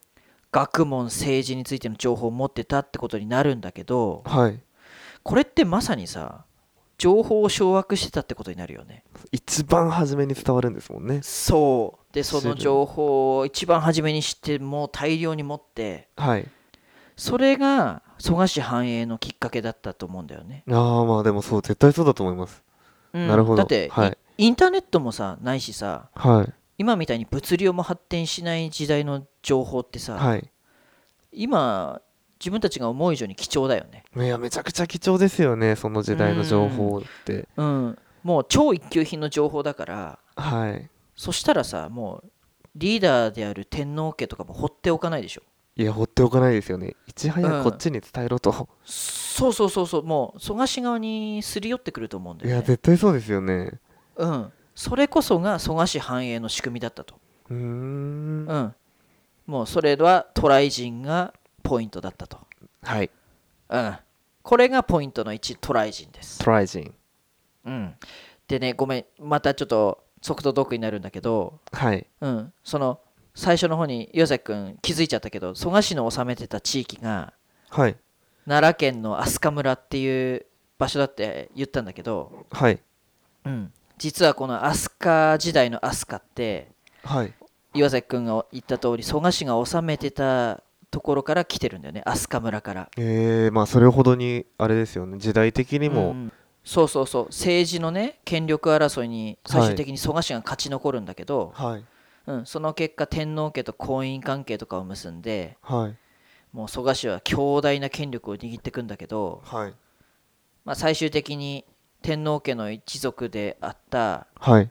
Speaker 1: 学問政治についての情報を持ってたってことになるんだけど
Speaker 2: はい
Speaker 1: これってまさにさ情報を掌握してたってことになるよね
Speaker 2: 一番初めに伝わるんですもんね
Speaker 1: そうでそ
Speaker 2: す
Speaker 1: の
Speaker 2: る
Speaker 1: 情報を一番初めに知ってもう大量に持って
Speaker 2: はい
Speaker 1: それが蘇我氏繁栄のきっかけだったと思うんだよね、
Speaker 2: ああまあでもそう絶対そうだと思います
Speaker 1: うん
Speaker 2: なるほど
Speaker 1: だって、
Speaker 2: はい
Speaker 1: インターネットもさないしさ
Speaker 2: はい
Speaker 1: 今みたいに物流も発展しない時代の情報ってさ、
Speaker 2: はい
Speaker 1: 今自分たちが思う以上に貴重だよね、
Speaker 2: いやめちゃくちゃ貴重ですよねその時代の情報って
Speaker 1: うん、もう超一級品の情報だから
Speaker 2: はい
Speaker 1: そしたらさもうリーダーである天皇家とかも放っておかないでしょ
Speaker 2: いや放っておかないですよねいち早
Speaker 1: うん
Speaker 2: くこっちに伝えろ と、
Speaker 1: そうそうそうそうもう蘇我氏側にすり寄ってくると思うんだ
Speaker 2: い
Speaker 1: よ
Speaker 2: や
Speaker 1: ね
Speaker 2: 絶対そうですよね
Speaker 1: うん、それこそが蘇我氏繁栄の仕組みだったと、
Speaker 2: うーん
Speaker 1: うん、もうそれは渡来人がポイントだったと、
Speaker 2: はい
Speaker 1: うん、これがポイントの1渡来人です、
Speaker 2: トライジン
Speaker 1: うん、でねごめんまたちょっと即答ドックになるんだけど、
Speaker 2: はい
Speaker 1: うん、その最初の方に岩崎君気づいちゃったけど蘇我氏の治めてた地域が
Speaker 2: はい
Speaker 1: 奈良県の飛鳥村っていう場所だって言ったんだけど、
Speaker 2: はい
Speaker 1: うん、実はこの飛鳥時代の飛鳥って
Speaker 2: はい
Speaker 1: 岩崎君が言った通り蘇我氏が治めてたところから来てるんだよね飛鳥村から
Speaker 2: えー、まあそれほどにあれですよね時代的に
Speaker 1: う
Speaker 2: も
Speaker 1: んそうそうそう政治のね権力争いに最終的に蘇我氏が勝ち残るんだけど、
Speaker 2: はい
Speaker 1: うん、その結果天皇家と婚姻関係とかを結んで
Speaker 2: はい
Speaker 1: もう蘇我氏は強大な権力を握っていくんだけど、
Speaker 2: はい
Speaker 1: まあ、最終的に天皇家の一族であった、
Speaker 2: はい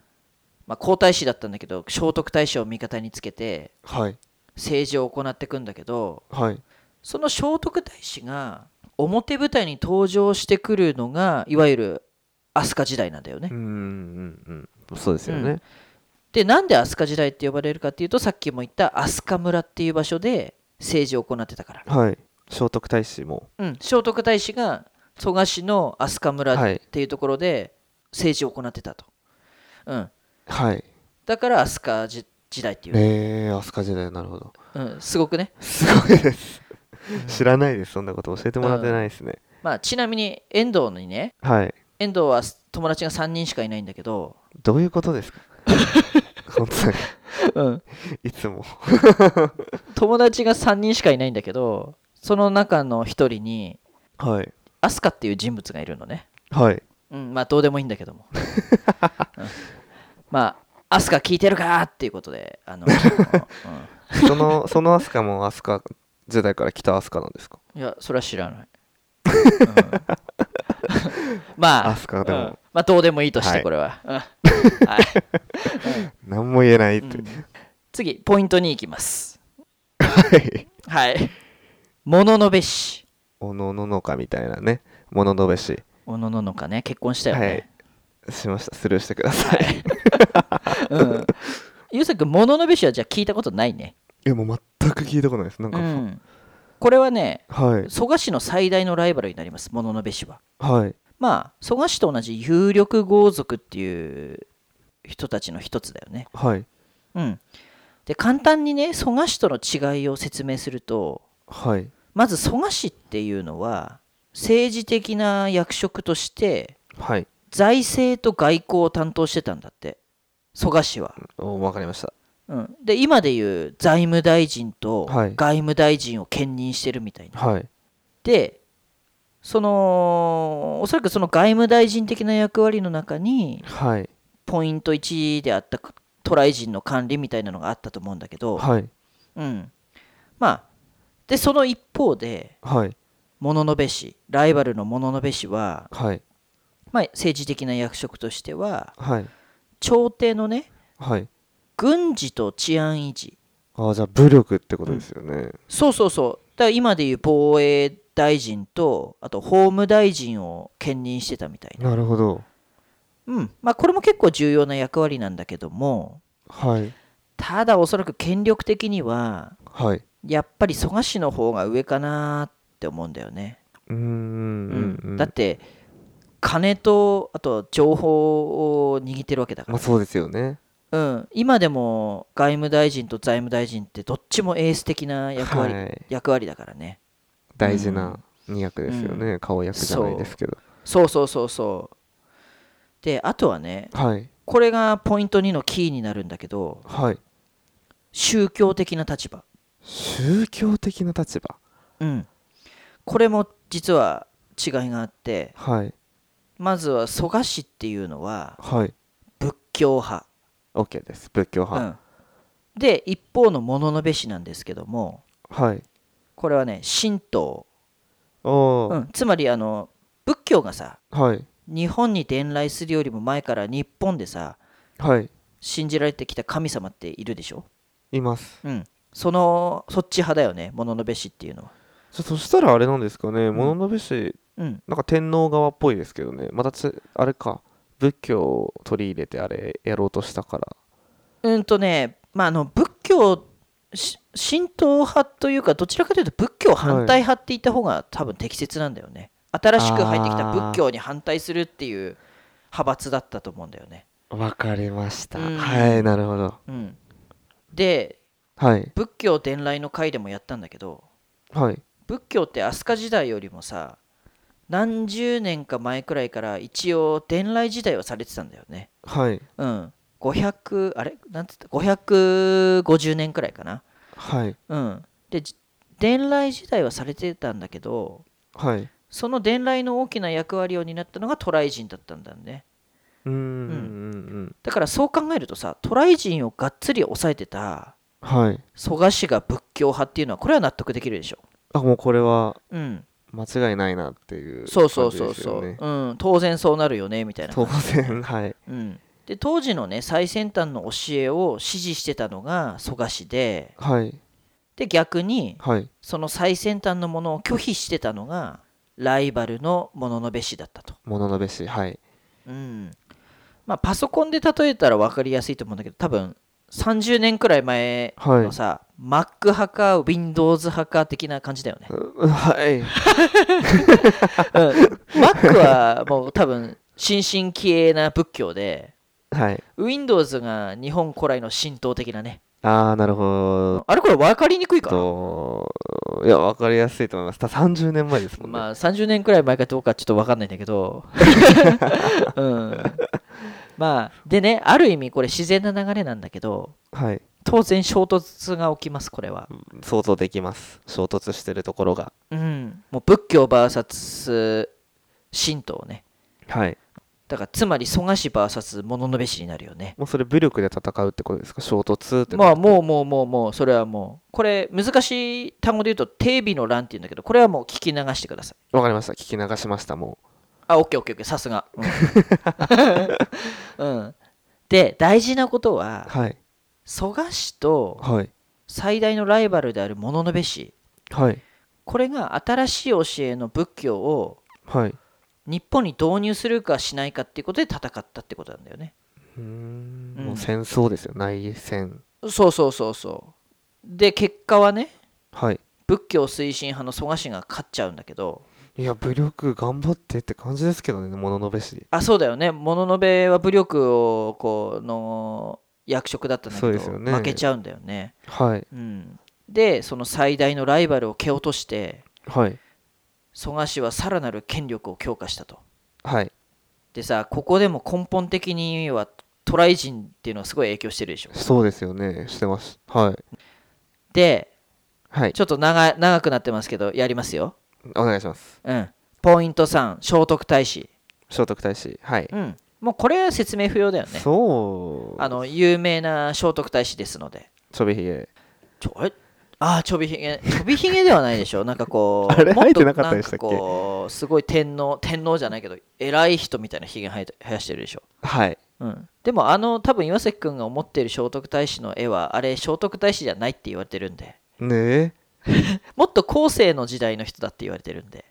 Speaker 1: まあ、皇太子だったんだけど聖徳太子を味方につけて
Speaker 2: はい
Speaker 1: 政治を行っていくんだけど
Speaker 2: はい
Speaker 1: その聖徳太子が表舞台に登場してくるのがいわゆる飛鳥時代なんだよね。
Speaker 2: うんうんうんそうですよ
Speaker 1: う
Speaker 2: ね
Speaker 1: でなんで飛鳥時代って呼ばれるかっていうとさっきも言った飛鳥村っていう場所で政治を行ってたから、
Speaker 2: はい聖徳太子も
Speaker 1: うん、聖徳太子が蘇我市の飛鳥村っ
Speaker 2: はい
Speaker 1: ていうところで政治を行ってたと、うん、
Speaker 2: はい
Speaker 1: だから飛鳥じ時代っていう、
Speaker 2: えー、飛鳥時代なるほど
Speaker 1: うん、すごくね、
Speaker 2: すごいです
Speaker 1: うん
Speaker 2: 知らないですそんなこと教えてもらってないですね、
Speaker 1: まあ、ちなみに遠藤にね
Speaker 2: はい
Speaker 1: 遠藤は友達が3人しかいないんだけど、
Speaker 2: どういうこと ですか本当に
Speaker 1: うん、
Speaker 2: いつも
Speaker 1: 友達が3人しかいないんだけどその中の1人に
Speaker 2: はい
Speaker 1: アスカっていう人物がいるのね、
Speaker 2: はい
Speaker 1: うん、まあどうでもいいんだけども、うんまあアスカ聞いてるかっていうことであの、う
Speaker 2: そのその飛鳥も飛鳥時代から来た飛鳥なんですか
Speaker 1: んいやそれは知らない、うんまあ
Speaker 2: 飛鳥でも
Speaker 1: うんまあどうでもいいとし
Speaker 2: は
Speaker 1: て
Speaker 2: い
Speaker 1: これは、うん
Speaker 2: 何も言えないって、
Speaker 1: うん次ポイントに行きます
Speaker 2: はい
Speaker 1: はい物のべし
Speaker 2: おのののかみたいなねもののべし
Speaker 1: おのののかね結婚したよね、
Speaker 2: しましたスルーしてください、い、
Speaker 1: うんゆうさくん、もののべしはじゃあ聞いたことないね。
Speaker 2: やもう全く聞いたことないですなんか、
Speaker 1: うんこれはね、
Speaker 2: はい
Speaker 1: 蘇我氏の最大のライバルになります、もののべしは。
Speaker 2: はい
Speaker 1: まあ、蘇我氏と同じ有力豪族っていう人たちの一つだよね。
Speaker 2: はい
Speaker 1: うん。で、簡単にね、蘇我氏との違いを説明すると、
Speaker 2: はい
Speaker 1: まず蘇我氏っていうのは、政治的な役職として、
Speaker 2: はい
Speaker 1: 財政と外交を担当してたんだって、蘇我氏は。
Speaker 2: お分かりました
Speaker 1: うん、で今でいう財務大臣と
Speaker 2: はい
Speaker 1: 外務大臣を兼任してるみたいな、
Speaker 2: はい
Speaker 1: でそのおそらくその外務大臣的な役割の中に
Speaker 2: はい
Speaker 1: ポイント1であった渡来人の管理みたいなのがあったと思うんだけど、
Speaker 2: はい
Speaker 1: うん、まあでその一方で
Speaker 2: はい
Speaker 1: 物の部氏ライバルの物の部氏は、
Speaker 2: はい
Speaker 1: まあ、政治的な役職としては
Speaker 2: はい
Speaker 1: 朝廷のね
Speaker 2: はい
Speaker 1: 軍事と治安維持
Speaker 2: ああじゃあ武力ってことですよね、
Speaker 1: そうそうそう。だから今でいう防衛大臣と、あと法務大臣を兼任してたみたいな。
Speaker 2: なるほど
Speaker 1: うん。まあこれも結構重要な役割なんだけども、
Speaker 2: はい
Speaker 1: ただおそらく権力的には、
Speaker 2: はい
Speaker 1: やっぱり蘇我氏の方が上かなって思うんだよね。
Speaker 2: うーんうんうん
Speaker 1: だって、金と、あと情報を握ってるわけだか
Speaker 2: ま
Speaker 1: ら
Speaker 2: あ。そうですよね
Speaker 1: うん、今でも外務大臣と財務大臣ってどっちもエース的な役割,、
Speaker 2: はい、
Speaker 1: 役割だからね
Speaker 2: 大事な2役ですよね、顔役じゃないですけど
Speaker 1: そうそうそうそうであとはね
Speaker 2: はい
Speaker 1: これがポイント2のキーになるんだけど
Speaker 2: はい
Speaker 1: 宗教的な立場
Speaker 2: 宗教的な立場
Speaker 1: うんこれも実は違いがあって
Speaker 2: はい
Speaker 1: まずは蘇我氏っていうのは
Speaker 2: はい
Speaker 1: 仏教派、
Speaker 2: OK です仏教
Speaker 1: う
Speaker 2: 派、
Speaker 1: ん、で一方の物部氏なんですけども
Speaker 2: はい
Speaker 1: これはね神道、
Speaker 2: おお、
Speaker 1: うん、つまりあの仏教がさ
Speaker 2: はい
Speaker 1: 日本に伝来するよりも前から日本でさ
Speaker 2: はい
Speaker 1: 信じられてきた神様っているでしょ
Speaker 2: います
Speaker 1: うんそのそっち派だよね物部氏っていうのは
Speaker 2: そそしたらあれなんですかね物部氏
Speaker 1: うん
Speaker 2: なんか天皇側っぽいですけどねまたつあれか仏教を取り入れてあれやろうとしたから
Speaker 1: うんとねまああの仏教し神道派というかどちらかというと仏教反対派って言った方が多分適切なんだよね新しく入ってきた仏教に反対するっていう派閥だったと思うんだよね
Speaker 2: わかりました
Speaker 1: うん
Speaker 2: はいなるほど
Speaker 1: うんで
Speaker 2: はい
Speaker 1: 仏教伝来の会でもやったんだけど
Speaker 2: はい
Speaker 1: 仏教って飛鳥時代よりもさ何十年か前くらいから一応伝来時代はされてたんだよね
Speaker 2: はい
Speaker 1: うん500あれなんて言った550年くらいかな
Speaker 2: はい
Speaker 1: うんでじ伝来時代はされてたんだけど
Speaker 2: はい
Speaker 1: その伝来の大きな役割を担ったのが渡来人だったんだよね
Speaker 2: うーんうん
Speaker 1: だからそう考えるとさ渡来人をがっつり抑えてた
Speaker 2: うんはい
Speaker 1: 蘇我氏が仏教派っていうのはこれは納得できるでしょ
Speaker 2: あもうこれは
Speaker 1: うん
Speaker 2: 間違いないなっていう
Speaker 1: そうそうそ
Speaker 2: 感
Speaker 1: う
Speaker 2: じです
Speaker 1: そ
Speaker 2: よ
Speaker 1: う、
Speaker 2: ね
Speaker 1: うん当然そうなるよねみたいな
Speaker 2: 当然はい
Speaker 1: うん、で当時のね最先端の教えを支持してたのが蘇我氏で
Speaker 2: はい
Speaker 1: で逆に
Speaker 2: はい
Speaker 1: その最先端のものを拒否してたのがライバルの物部氏だったと、
Speaker 2: 物部氏はい
Speaker 1: うんまあ、パソコンで例えたら分かりやすいと思うんだけど多分30年くらい前
Speaker 2: はい、
Speaker 1: のさ、Mac 派か Windows 派か的な感じだよね
Speaker 2: うんはい
Speaker 1: うん、Mac はもう多分新進気鋭な仏教で
Speaker 2: はい。
Speaker 1: Windows が日本古来の神道的なね
Speaker 2: ああ、なるほ
Speaker 1: あれこれ分かりにくいかな
Speaker 2: ど。いや、わかりやすいと思います。た30年前ですもんね。
Speaker 1: まあ30年くらい前かどうかちょっと分かんないんだけ ど、うん、まあでねある意味これ自然な流れなんだけど
Speaker 2: はい。
Speaker 1: 当然衝突が起きますこれは、
Speaker 2: 想像できます。衝突してるところが。
Speaker 1: うん、もう仏教 VS 神道ね
Speaker 2: はい。
Speaker 1: だからつまり蘇我氏 VS 物部氏になるよね
Speaker 2: もうそれ武力で戦うってことですか衝突ってこと。
Speaker 1: まあもうもうもうもうそれはもうこれ難しい単語で言うと定備の乱っていうんだけどこれはもう聞き流してください
Speaker 2: わかりました。聞き流しました、も
Speaker 1: あ、オッケーオッケーオッケー、さすが。うん。うんで、大事なこと
Speaker 2: う。
Speaker 1: は、
Speaker 2: はい。
Speaker 1: 蘇我氏と
Speaker 2: はい。
Speaker 1: 最大のライバルである物部氏、
Speaker 2: はい。
Speaker 1: これが新しい教えの仏教を
Speaker 2: はい。
Speaker 1: 日本に導入するかしないかっていうことで戦ったってことなんだよね。
Speaker 2: うーん。
Speaker 1: うん
Speaker 2: もう戦争ですよ。内戦。
Speaker 1: そうそうそうそう。で、結果はね、
Speaker 2: はい。
Speaker 1: 仏教推進派の蘇我氏が勝っちゃうんだけど、
Speaker 2: いや、武力頑張ってって感じですけどね、物部氏。
Speaker 1: あ、そうだよね、物部は武力をこうの役職だったんだ
Speaker 2: そう
Speaker 1: け
Speaker 2: です
Speaker 1: ど、
Speaker 2: よね
Speaker 1: 負けちゃうんだよね。
Speaker 2: はい。
Speaker 1: うん、でその最大のライバルを蹴落として
Speaker 2: はい。
Speaker 1: 蘇我氏はさらなる権力を強化したと
Speaker 2: はい。
Speaker 1: でさここでも根本的には渡来人っていうのはすごい影響してるでしょ
Speaker 2: そうですよね。してます。はい。
Speaker 1: で
Speaker 2: はい。
Speaker 1: ちょっと長長くなってますけどやりますよ
Speaker 2: お願いします。
Speaker 1: うんポイント3聖徳太子
Speaker 2: 聖徳太子。はい。
Speaker 1: うんもうこれは説明不要だよね
Speaker 2: そう。
Speaker 1: あの有名な聖徳太子ですので
Speaker 2: ちょびひげ。
Speaker 1: ちょあれあーちょびひげちょびひげではないでしょなんかこ う
Speaker 2: あれ
Speaker 1: もと
Speaker 2: 生えてなかったでしたっけ
Speaker 1: なんかこうすごい天皇天皇じゃないけど偉い人みたいなひげ生えて生やしてるでしょ、
Speaker 2: はい。
Speaker 1: うん、でもあの多分岩崎君が思ってる聖徳太子の絵はあれ聖徳太子じゃないって言われてるんで
Speaker 2: ねえ。
Speaker 1: もっと後世の時代の人だって言われてるんで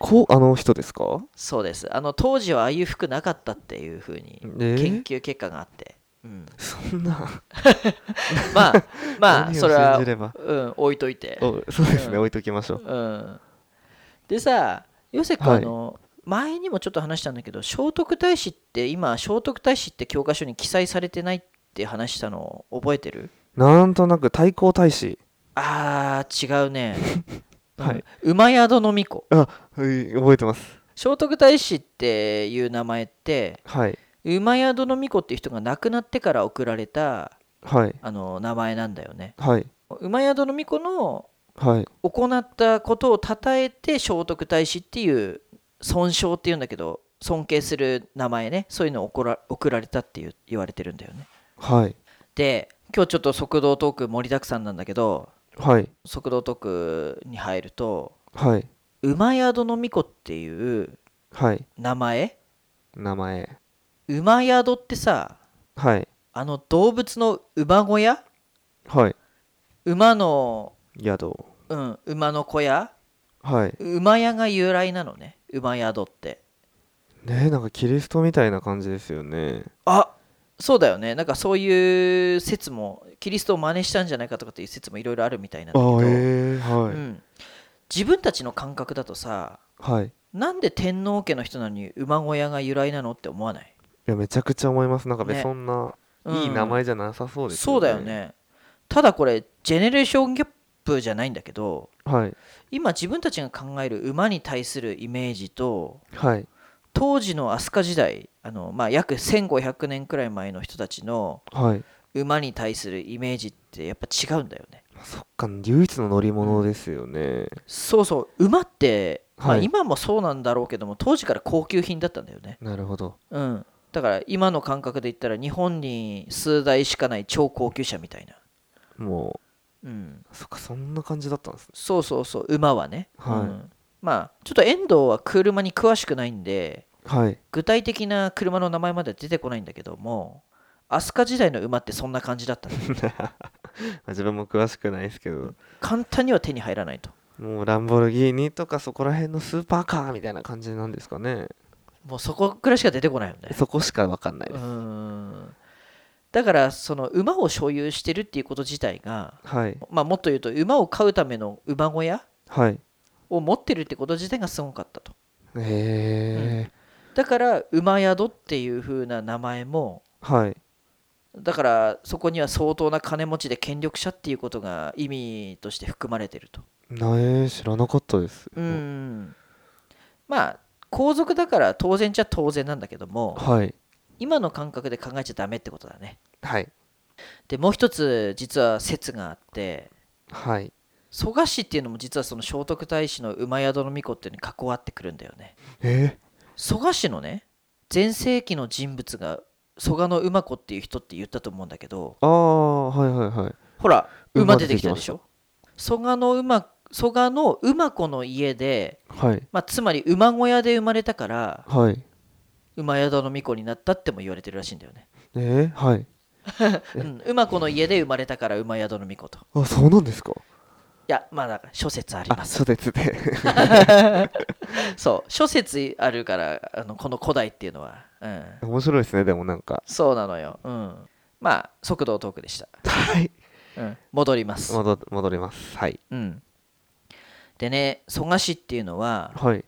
Speaker 2: こう、あの人ですか
Speaker 1: そうですあの当時はああいう服なかったっていうふうに
Speaker 2: え
Speaker 1: 研究結果があって、うん、
Speaker 2: そんな。
Speaker 1: まあまあ
Speaker 2: 何を
Speaker 1: それは
Speaker 2: 信じ、れば。
Speaker 1: うん、置いといて
Speaker 2: おそうですね、
Speaker 1: うん
Speaker 2: 置いときましょう。
Speaker 1: うん、でさヨセク
Speaker 2: はい
Speaker 1: あの、前にもちょっと話したんだけど聖徳太子って今聖徳太子って教科書に記載されてないって話したの覚えてる
Speaker 2: なんとなく太閤大使
Speaker 1: あー違うね
Speaker 2: はい
Speaker 1: うん馬宿の巫女
Speaker 2: はい覚えてます
Speaker 1: 聖徳太子っていう名前って
Speaker 2: はい
Speaker 1: 馬宿の巫女っていう人が亡くなってから送られた
Speaker 2: はい
Speaker 1: あの名前なんだよね
Speaker 2: はい
Speaker 1: 馬宿の巫女の
Speaker 2: はい
Speaker 1: 行ったことを称えて聖徳太子っていう尊称っていうんだけど尊敬する名前ねそういうのを送ら送られたっていう言われてるんだよね
Speaker 2: はい
Speaker 1: で今日ちょっと速道トーク盛りだくさんなんだけど
Speaker 2: はい
Speaker 1: 速道トークに入ると
Speaker 2: はい
Speaker 1: 馬宿の巫女っていう
Speaker 2: はい
Speaker 1: 名前
Speaker 2: 名前
Speaker 1: 馬宿ってさ
Speaker 2: はい
Speaker 1: あの動物の馬小屋
Speaker 2: はい
Speaker 1: 馬の
Speaker 2: 宿
Speaker 1: うん馬の小屋
Speaker 2: はい
Speaker 1: 馬屋が由来なのね馬宿って
Speaker 2: ねえなんかキリストみたいな感じですよね
Speaker 1: あそうだよねなんかそういう説もキリストを真似したんじゃないかとかっていう説もいろいろあるみたいなん
Speaker 2: あ
Speaker 1: だけど、
Speaker 2: あええ
Speaker 1: う
Speaker 2: はい
Speaker 1: ん、自分たちの感覚だとさ
Speaker 2: はいい
Speaker 1: なんで天皇家の人なのに馬小屋が由来なのって思わない、
Speaker 2: やめちゃくちゃ思いますなんか
Speaker 1: ね
Speaker 2: 別そんな
Speaker 1: うん
Speaker 2: いい名前じゃなさそうです
Speaker 1: そうだよねただこれジェネレーションギャップじゃないんだけど
Speaker 2: はい
Speaker 1: 今自分たちが考える馬に対するイメージと
Speaker 2: はい
Speaker 1: 当時の飛鳥時代あの、まあ、約1500年くらい前の人たちの
Speaker 2: はい
Speaker 1: 馬に対するイメージってやっぱ違うんだよね
Speaker 2: そっか唯一の乗り物ですよね
Speaker 1: そうそう馬って、まあ、
Speaker 2: はい
Speaker 1: 今もそうなんだろうけども当時から高級品だったんだよね
Speaker 2: なるほど
Speaker 1: うんだから今の感覚で言ったら日本に数台しかない超高級車みたいな
Speaker 2: も
Speaker 1: うん
Speaker 2: うそっかそんな感じだったんですね
Speaker 1: そうそうそう馬はね、
Speaker 2: はい
Speaker 1: うんまあちょっと遠藤は車に詳しくないんで
Speaker 2: はい
Speaker 1: 具体的な車の名前までは出てこないんだけども飛鳥時代の馬ってそんな感じだったの
Speaker 2: 自分も詳しくないですけど
Speaker 1: 簡単には手に入らないと
Speaker 2: もうランボルギーニとかそこら辺のスーパーカーみたいな感じなんですかね
Speaker 1: もうそこくらいしか出てこないよね
Speaker 2: そこしか分かんないうです
Speaker 1: んだからその馬を所有してるっていうこと自体が、
Speaker 2: はい
Speaker 1: まあ、もっと言うと馬を飼うための馬小屋
Speaker 2: はい
Speaker 1: を持ってるってこと自体がすごかったと
Speaker 2: へえ
Speaker 1: だから馬宿っていう風な名前も
Speaker 2: はい
Speaker 1: だからそこには相当な金持ちで権力者っていうことが意味として含まれてると
Speaker 2: なえ知らなかったです
Speaker 1: うんまあ皇族だから当然じゃ当然なんだけども
Speaker 2: はい
Speaker 1: 今の感覚で考えちゃダメってことだね
Speaker 2: はい
Speaker 1: でもう一つ実は説があって
Speaker 2: はい
Speaker 1: 蘇我氏っていうのも実はその聖徳太子の馬宿の巫女っていうのに関わってくるんだよね
Speaker 2: え
Speaker 1: 蘇我氏のね全盛期の人物が蘇我の馬子っていう人って言ったと思うんだけど
Speaker 2: ああはいはいはい
Speaker 1: ほら馬
Speaker 2: 馬
Speaker 1: 出てきたでしょ蘇我の馬蘇我の馬子の家で、
Speaker 2: はい
Speaker 1: まあ、つまり馬小屋で生まれたから
Speaker 2: はい
Speaker 1: 馬宿の巫女になったっても言われてるらしいんだよね、
Speaker 2: えー、はい
Speaker 1: うん、馬子の家で生まれたから馬宿の巫女とい
Speaker 2: あそうなんですか
Speaker 1: やまあだから諸説ありま
Speaker 2: あ
Speaker 1: す
Speaker 2: そうですね
Speaker 1: そう諸説あるからあのこの古代っていうのはうん
Speaker 2: 面白いですねでもなんか
Speaker 1: そうなのよ。うん。まあ、速度トークでした。
Speaker 2: はい
Speaker 1: うん。戻ります。
Speaker 2: 戻戻りますはい
Speaker 1: うん。でね、蘇我氏っていうのは、
Speaker 2: はい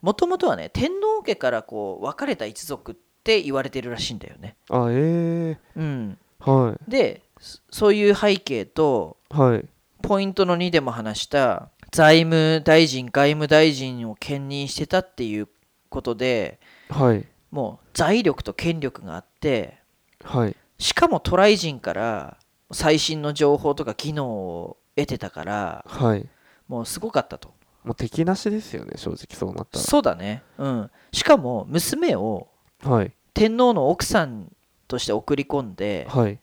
Speaker 1: もともとはね、天皇家からこう、分かれた一族って言われてるらしいんだよね。
Speaker 2: あえ
Speaker 1: うん。
Speaker 2: えは
Speaker 1: で、そそういう背景と、
Speaker 2: いはい
Speaker 1: ポイントの2でも話した、財務大臣、外務大臣を兼任してたっていうことで、
Speaker 2: はい
Speaker 1: もう財力と権力があって、
Speaker 2: はい
Speaker 1: しかもトライ人から最新の情報とか技能を得てたから
Speaker 2: はい
Speaker 1: もうすごかったと
Speaker 2: もう敵なしですよね正直そうなった
Speaker 1: そうだねうんしかも娘を
Speaker 2: らはい
Speaker 1: 天皇の奥さんとして送り込んで
Speaker 2: はい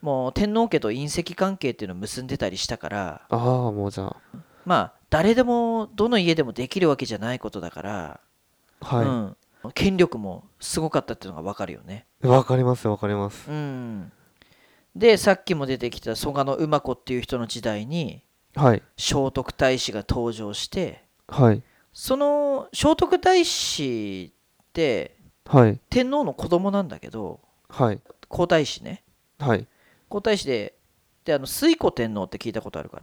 Speaker 1: もう天皇家と隕石関係っていうのを結んでたりしたから
Speaker 2: ああもうじゃ
Speaker 1: まあ誰でもどの家でもできるわけじゃないことだから、
Speaker 2: あはい、
Speaker 1: うん、権力もすごかったっていうのが分かるよね
Speaker 2: わかりますわかります
Speaker 1: うんでさっきも出てきた蘇我の馬子っていう人の時代に
Speaker 2: はい
Speaker 1: 聖徳太子が登場して
Speaker 2: はい
Speaker 1: その聖徳太子って
Speaker 2: はい
Speaker 1: 天皇の子供なんだけど
Speaker 2: はい
Speaker 1: 皇太子ね
Speaker 2: はい
Speaker 1: 皇太子でであの推古天皇って聞いたことあるか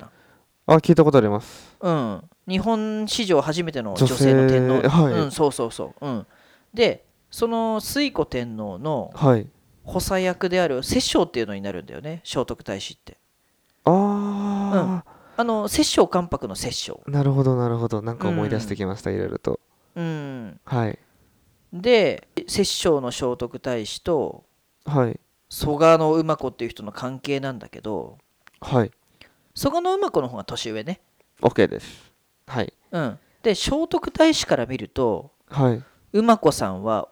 Speaker 2: あ聞いたことあります
Speaker 1: なうん日本史上初めての女
Speaker 2: 女
Speaker 1: 性
Speaker 2: 性
Speaker 1: の天皇
Speaker 2: はい
Speaker 1: うんそうそうそううんでその推古天皇の
Speaker 2: はい
Speaker 1: 補佐役である摂政っていうのになるんだよね聖徳太子って
Speaker 2: ああ、
Speaker 1: あの摂政関白の摂政
Speaker 2: なるほどなるほどなんか思い出してきました、いろいろと
Speaker 1: うん
Speaker 2: はい
Speaker 1: で摂政の聖徳太子と
Speaker 2: はい
Speaker 1: 蘇我の馬子っていう人の関係なんだけど
Speaker 2: はい
Speaker 1: 蘇我の馬子の方が年上ね
Speaker 2: OK ですはい
Speaker 1: うんで聖徳太子から見ると
Speaker 2: はい
Speaker 1: 馬子さんは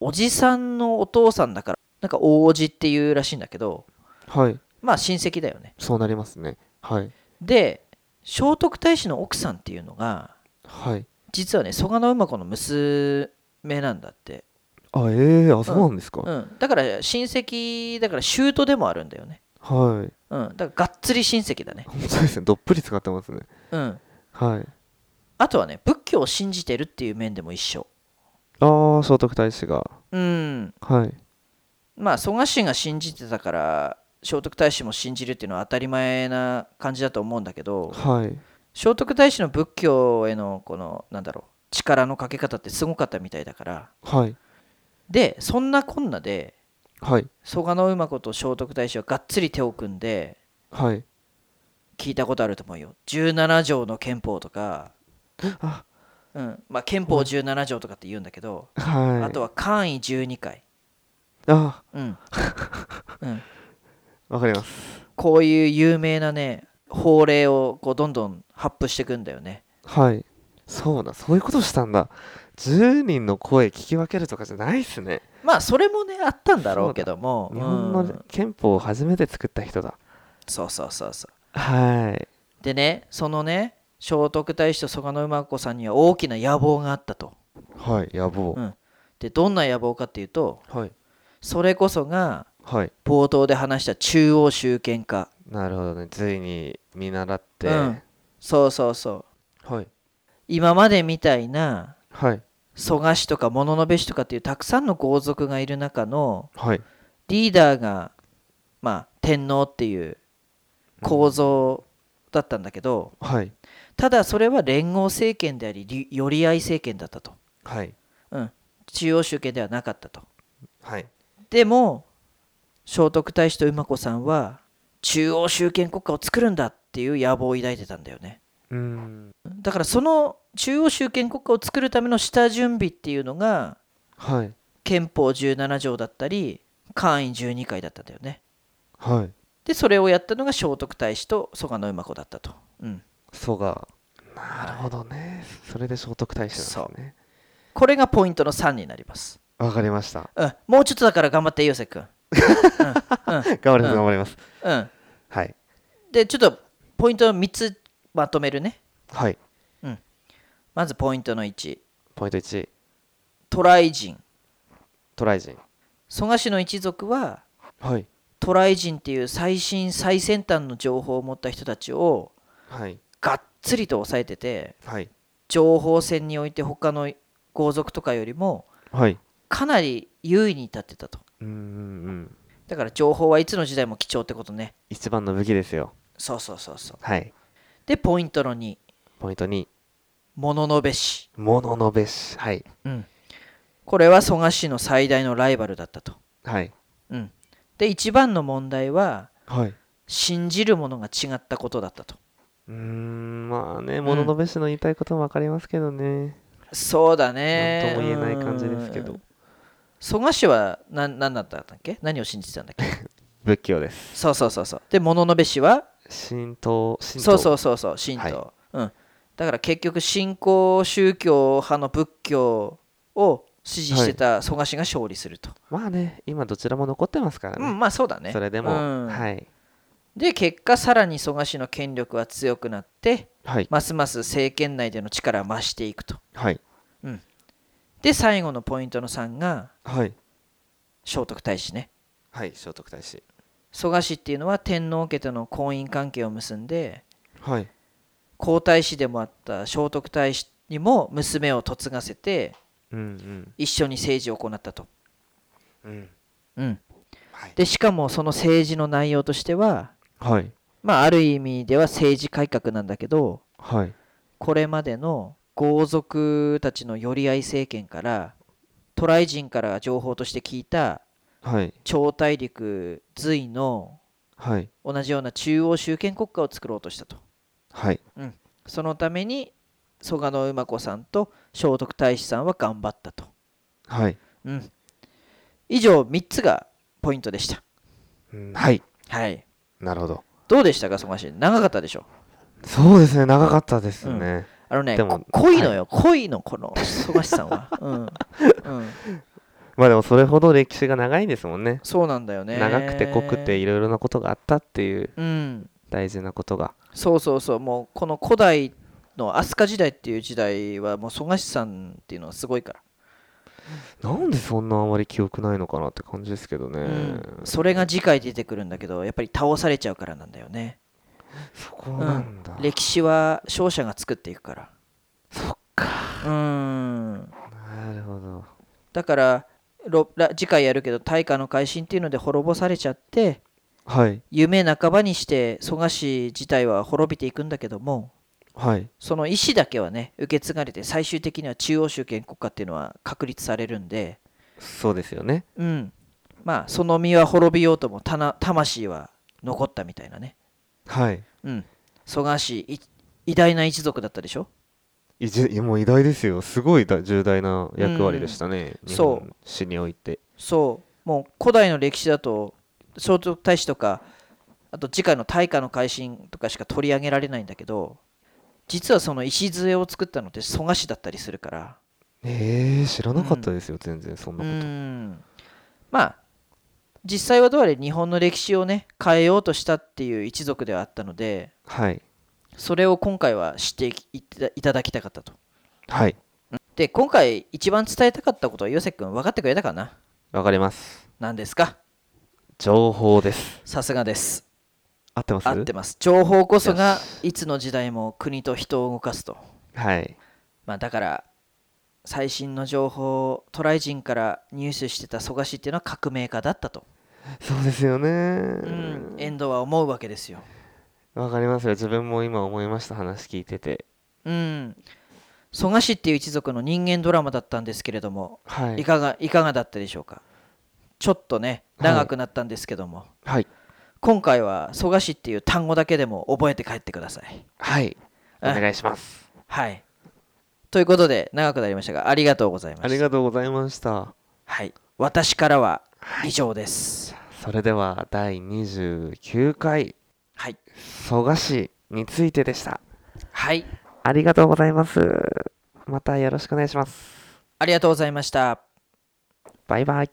Speaker 1: おじさんのお父さんだからなんか王子っていうらしいんだけど
Speaker 2: はい
Speaker 1: まあ親戚だよね
Speaker 2: そうなりますねはい
Speaker 1: で聖徳太子の奥さんっていうのが
Speaker 2: はい
Speaker 1: 実はね蘇我の馬子の娘なんだって、
Speaker 2: あええあそうなんですか、
Speaker 1: うん、だから親戚だから舅でもあるんだよね、
Speaker 2: はい
Speaker 1: うん、だからがっつり親戚だね、
Speaker 2: 本当ですねどっぷり使ってますね
Speaker 1: うん、
Speaker 2: はい
Speaker 1: あとはね仏教を信じてるっていう面でも一緒
Speaker 2: ああ聖徳太子が
Speaker 1: うん
Speaker 2: はい
Speaker 1: まあ蘇我氏が信じてたから聖徳太子も信じるっていうのは当たり前な感じだと思うんだけど
Speaker 2: はい
Speaker 1: 聖徳太子の仏教へのこのなんだろう力のかけ方ってすごかったみたいだから
Speaker 2: はい
Speaker 1: でそんなこんなで
Speaker 2: はい
Speaker 1: 蘇我の馬子と聖徳太子はがっつり手を組んで
Speaker 2: はい
Speaker 1: 聞いたことあると思うよ17条の憲法とか、
Speaker 2: あ
Speaker 1: うんまあ、憲法17条とかって言うんだけど、
Speaker 2: はい
Speaker 1: あとは簡位12回、
Speaker 2: あ
Speaker 1: うん、
Speaker 2: わかります
Speaker 1: こういう有名なね法令をこうどんどん発布していくんだよね
Speaker 2: はいそうだそういうことしたんだ10人の声聞き分けるとかじゃないっすね
Speaker 1: まあそれもねあったんだろうけども
Speaker 2: 日本
Speaker 1: う
Speaker 2: の
Speaker 1: ん
Speaker 2: 憲法を初めて作った人だ
Speaker 1: そうそうそうそう
Speaker 2: はい
Speaker 1: でねそのね聖徳太子と蘇我の馬子さんには大きな野望があったと
Speaker 2: はい野望
Speaker 1: うんでどんな野望かっていうと
Speaker 2: はい
Speaker 1: それこそが
Speaker 2: はい
Speaker 1: 冒頭で話した中央集権化
Speaker 2: なるほどねついに見習って
Speaker 1: うんそうそうそう
Speaker 2: はい
Speaker 1: 今までみたいな
Speaker 2: はい
Speaker 1: 蘇我氏とか物部氏とかっていうたくさんの豪族がいる中の
Speaker 2: はい
Speaker 1: リーダーが、まあ、天皇っていう構造だったんだけど、
Speaker 2: はい
Speaker 1: ただそれは連合政権でありり寄り合い政権だったと、
Speaker 2: はい
Speaker 1: うん、中央集権ではなかったと
Speaker 2: はい
Speaker 1: でも聖徳太子と馬子さんは中央集権国家を作るんだっていう野望を抱いてたんだよね
Speaker 2: うーん
Speaker 1: だからその中央集権国家を作るための下準備っていうのが
Speaker 2: はい
Speaker 1: 憲法17条だったり簡位12回だったんだよね
Speaker 2: はい
Speaker 1: でそれをやったのが聖徳太子と蘇我馬子だったと、うん、
Speaker 2: 蘇我なるほどねそれで聖徳太子なんですね
Speaker 1: これがポイントの3になります、
Speaker 2: わかりました
Speaker 1: うん、もうちょっとだから頑張ってよせくん
Speaker 2: 頑張ります頑張ります
Speaker 1: うん
Speaker 2: はい
Speaker 1: でちょっとポイントの3つまとめるね
Speaker 2: はい
Speaker 1: まずポイントの1
Speaker 2: ポイント1
Speaker 1: 渡来人
Speaker 2: トライ人
Speaker 1: 蘇我氏の一族は
Speaker 2: はい
Speaker 1: 渡来人っていう最新最先端の情報を持った人たちを
Speaker 2: はい
Speaker 1: がっつりと抑えてて
Speaker 2: はい
Speaker 1: 情報戦において他の豪族とかよりも
Speaker 2: はい
Speaker 1: かなり優位に立ってたと
Speaker 2: うんうんうん
Speaker 1: だから情報はいつの時代も貴重ってことね
Speaker 2: 一番の武器ですよ
Speaker 1: そうそうそうそう
Speaker 2: はい
Speaker 1: でポイントの2
Speaker 2: ポイント2
Speaker 1: 物のべ氏
Speaker 2: 物のべしはい
Speaker 1: これは蘇我氏の最大のライバルだったと
Speaker 2: はい
Speaker 1: うんで一番の問題は
Speaker 2: はい
Speaker 1: 信じるものが違ったことだったと
Speaker 2: うーんまあね物のべしの言いたいことも分かりますけどね、
Speaker 1: そうだ
Speaker 2: 何
Speaker 1: ね
Speaker 2: とも言えない感じですけど
Speaker 1: 蘇我氏は何何だったんだっけ何を信じてたんだっけ
Speaker 2: 仏教です
Speaker 1: そうそうそうそうで物のべ氏は
Speaker 2: 神道神道
Speaker 1: そうそうそうそう神道、うん、だから結局信仰宗教派の仏教を支持してた蘇我氏が勝利すると、
Speaker 2: まあね今どちらも残ってますからね、
Speaker 1: うんまあそうだね
Speaker 2: それでも、
Speaker 1: うん
Speaker 2: はい
Speaker 1: で結果さらに蘇我氏の権力は強くなって
Speaker 2: はい
Speaker 1: ますます政権内での力は増していくと
Speaker 2: はい
Speaker 1: で最後のポイントの3が
Speaker 2: はい
Speaker 1: 聖徳太子ね
Speaker 2: はい聖徳太子
Speaker 1: 蘇我氏っていうのは天皇家との婚姻関係を結んで
Speaker 2: はい
Speaker 1: 皇太子でもあった聖徳太子にも娘を嫁がせて
Speaker 2: うん
Speaker 1: 一緒に政治を行ったと、
Speaker 2: うんうん
Speaker 1: うん、
Speaker 2: はい
Speaker 1: でしかもその政治の内容としては
Speaker 2: はい
Speaker 1: まあある意味では政治改革なんだけど
Speaker 2: はい
Speaker 1: これまでの豪族たちの寄り合い政権から渡来人から情報として聞いた
Speaker 2: はい
Speaker 1: 超大陸隋の
Speaker 2: はい
Speaker 1: 同じような中央集権国家を作ろうとしたと
Speaker 2: はい
Speaker 1: そのために蘇我の馬子さんと聖徳太子さんは頑張ったと、
Speaker 2: はい
Speaker 1: うん、以上3つがポイントでした
Speaker 2: うんはい
Speaker 1: はい
Speaker 2: なるほど
Speaker 1: どうでしたか蘇我氏長かったでしょ
Speaker 2: そうですね長かったです
Speaker 1: うん
Speaker 2: ね、
Speaker 1: あのね
Speaker 2: でも
Speaker 1: こ濃いのよ、濃いのこの蘇我氏さん は、うんうん、
Speaker 2: まあでもそれほど歴史が長いんですもんね
Speaker 1: そうなんだよね
Speaker 2: 長くて濃くていろいろなことがあったっていう
Speaker 1: うん
Speaker 2: 大事なことが
Speaker 1: そうそうそうもうこの古代の飛鳥時代っていう時代はもう蘇我氏さんっていうのはすごいから
Speaker 2: なんでそんなあまり記憶ないのかなって感じですけどね、
Speaker 1: うんそれが次回出てくるんだけどやっぱり倒されちゃうからなんだよね
Speaker 2: そこなんだ、
Speaker 1: 歴史は勝者が作っていくから
Speaker 2: そっか
Speaker 1: うーん
Speaker 2: なるほど
Speaker 1: だからろら次回やるけど大化の改新っていうので滅ぼされちゃって
Speaker 2: はい
Speaker 1: 夢半ばにして蘇我氏自体は滅びていくんだけども
Speaker 2: はい
Speaker 1: その意思だけはね受け継がれて最終的には中央集権国家っていうのは確立されるんで
Speaker 2: そうですよね
Speaker 1: うんまあその身は滅びようともたな魂は残ったみたいなね
Speaker 2: はい
Speaker 1: うん蘇我氏い偉大な一族だったでしょ
Speaker 2: いじいやもう偉大ですよすごい大重大な役割でしたね、
Speaker 1: うん
Speaker 2: 日
Speaker 1: そう
Speaker 2: 本史において
Speaker 1: そうもう古代の歴史だと聖徳太子とかあと次回の大化の改新とかしか取り上げられないんだけど実はその礎を作ったのって蘇我氏だったりするから
Speaker 2: えー、知らなかったですよ、全然そんな
Speaker 1: う
Speaker 2: こと、
Speaker 1: んまあ実際はどうあれ日本の歴史をね変えようとしたっていう一族ではあったので
Speaker 2: はい
Speaker 1: それを今回は知っていきいたいただきたかったと
Speaker 2: はい
Speaker 1: で今回一番伝えたかったことはヨセ君分かってくれたかな
Speaker 2: わかります
Speaker 1: 何ですか
Speaker 2: 情報です
Speaker 1: さすがです
Speaker 2: 合ってます
Speaker 1: 合ってます情報こそが
Speaker 2: よし
Speaker 1: いつの時代も国と人を動かすと、
Speaker 2: はい
Speaker 1: まあ、だから最新の情報を渡来人から入手してた蘇我氏っていうのは革命家だったと、
Speaker 2: そうですよね
Speaker 1: うん、遠藤は思うわけですよ、
Speaker 2: わかりますよ自分も今思いました話聞いてて
Speaker 1: うん、蘇我氏っていう一族の人間ドラマだったんですけれども
Speaker 2: はい
Speaker 1: かがいかがだったでしょうかちょっとね
Speaker 2: はい
Speaker 1: 長くなったんですけども、
Speaker 2: はい
Speaker 1: 今回は蘇我氏っていう単語だけでも覚えて帰ってください
Speaker 2: はいお
Speaker 1: うん
Speaker 2: 願いします
Speaker 1: はいということで長くなりましたがありがとうございま
Speaker 2: あ
Speaker 1: した
Speaker 2: りがとうございました
Speaker 1: はい、私からは以上です。
Speaker 2: それでは第29回
Speaker 1: はい、
Speaker 2: 蘇我氏についてでした
Speaker 1: はい、
Speaker 2: ありがとうございますまたよろしくお願いします
Speaker 1: ありがとうございました。
Speaker 2: バイバイ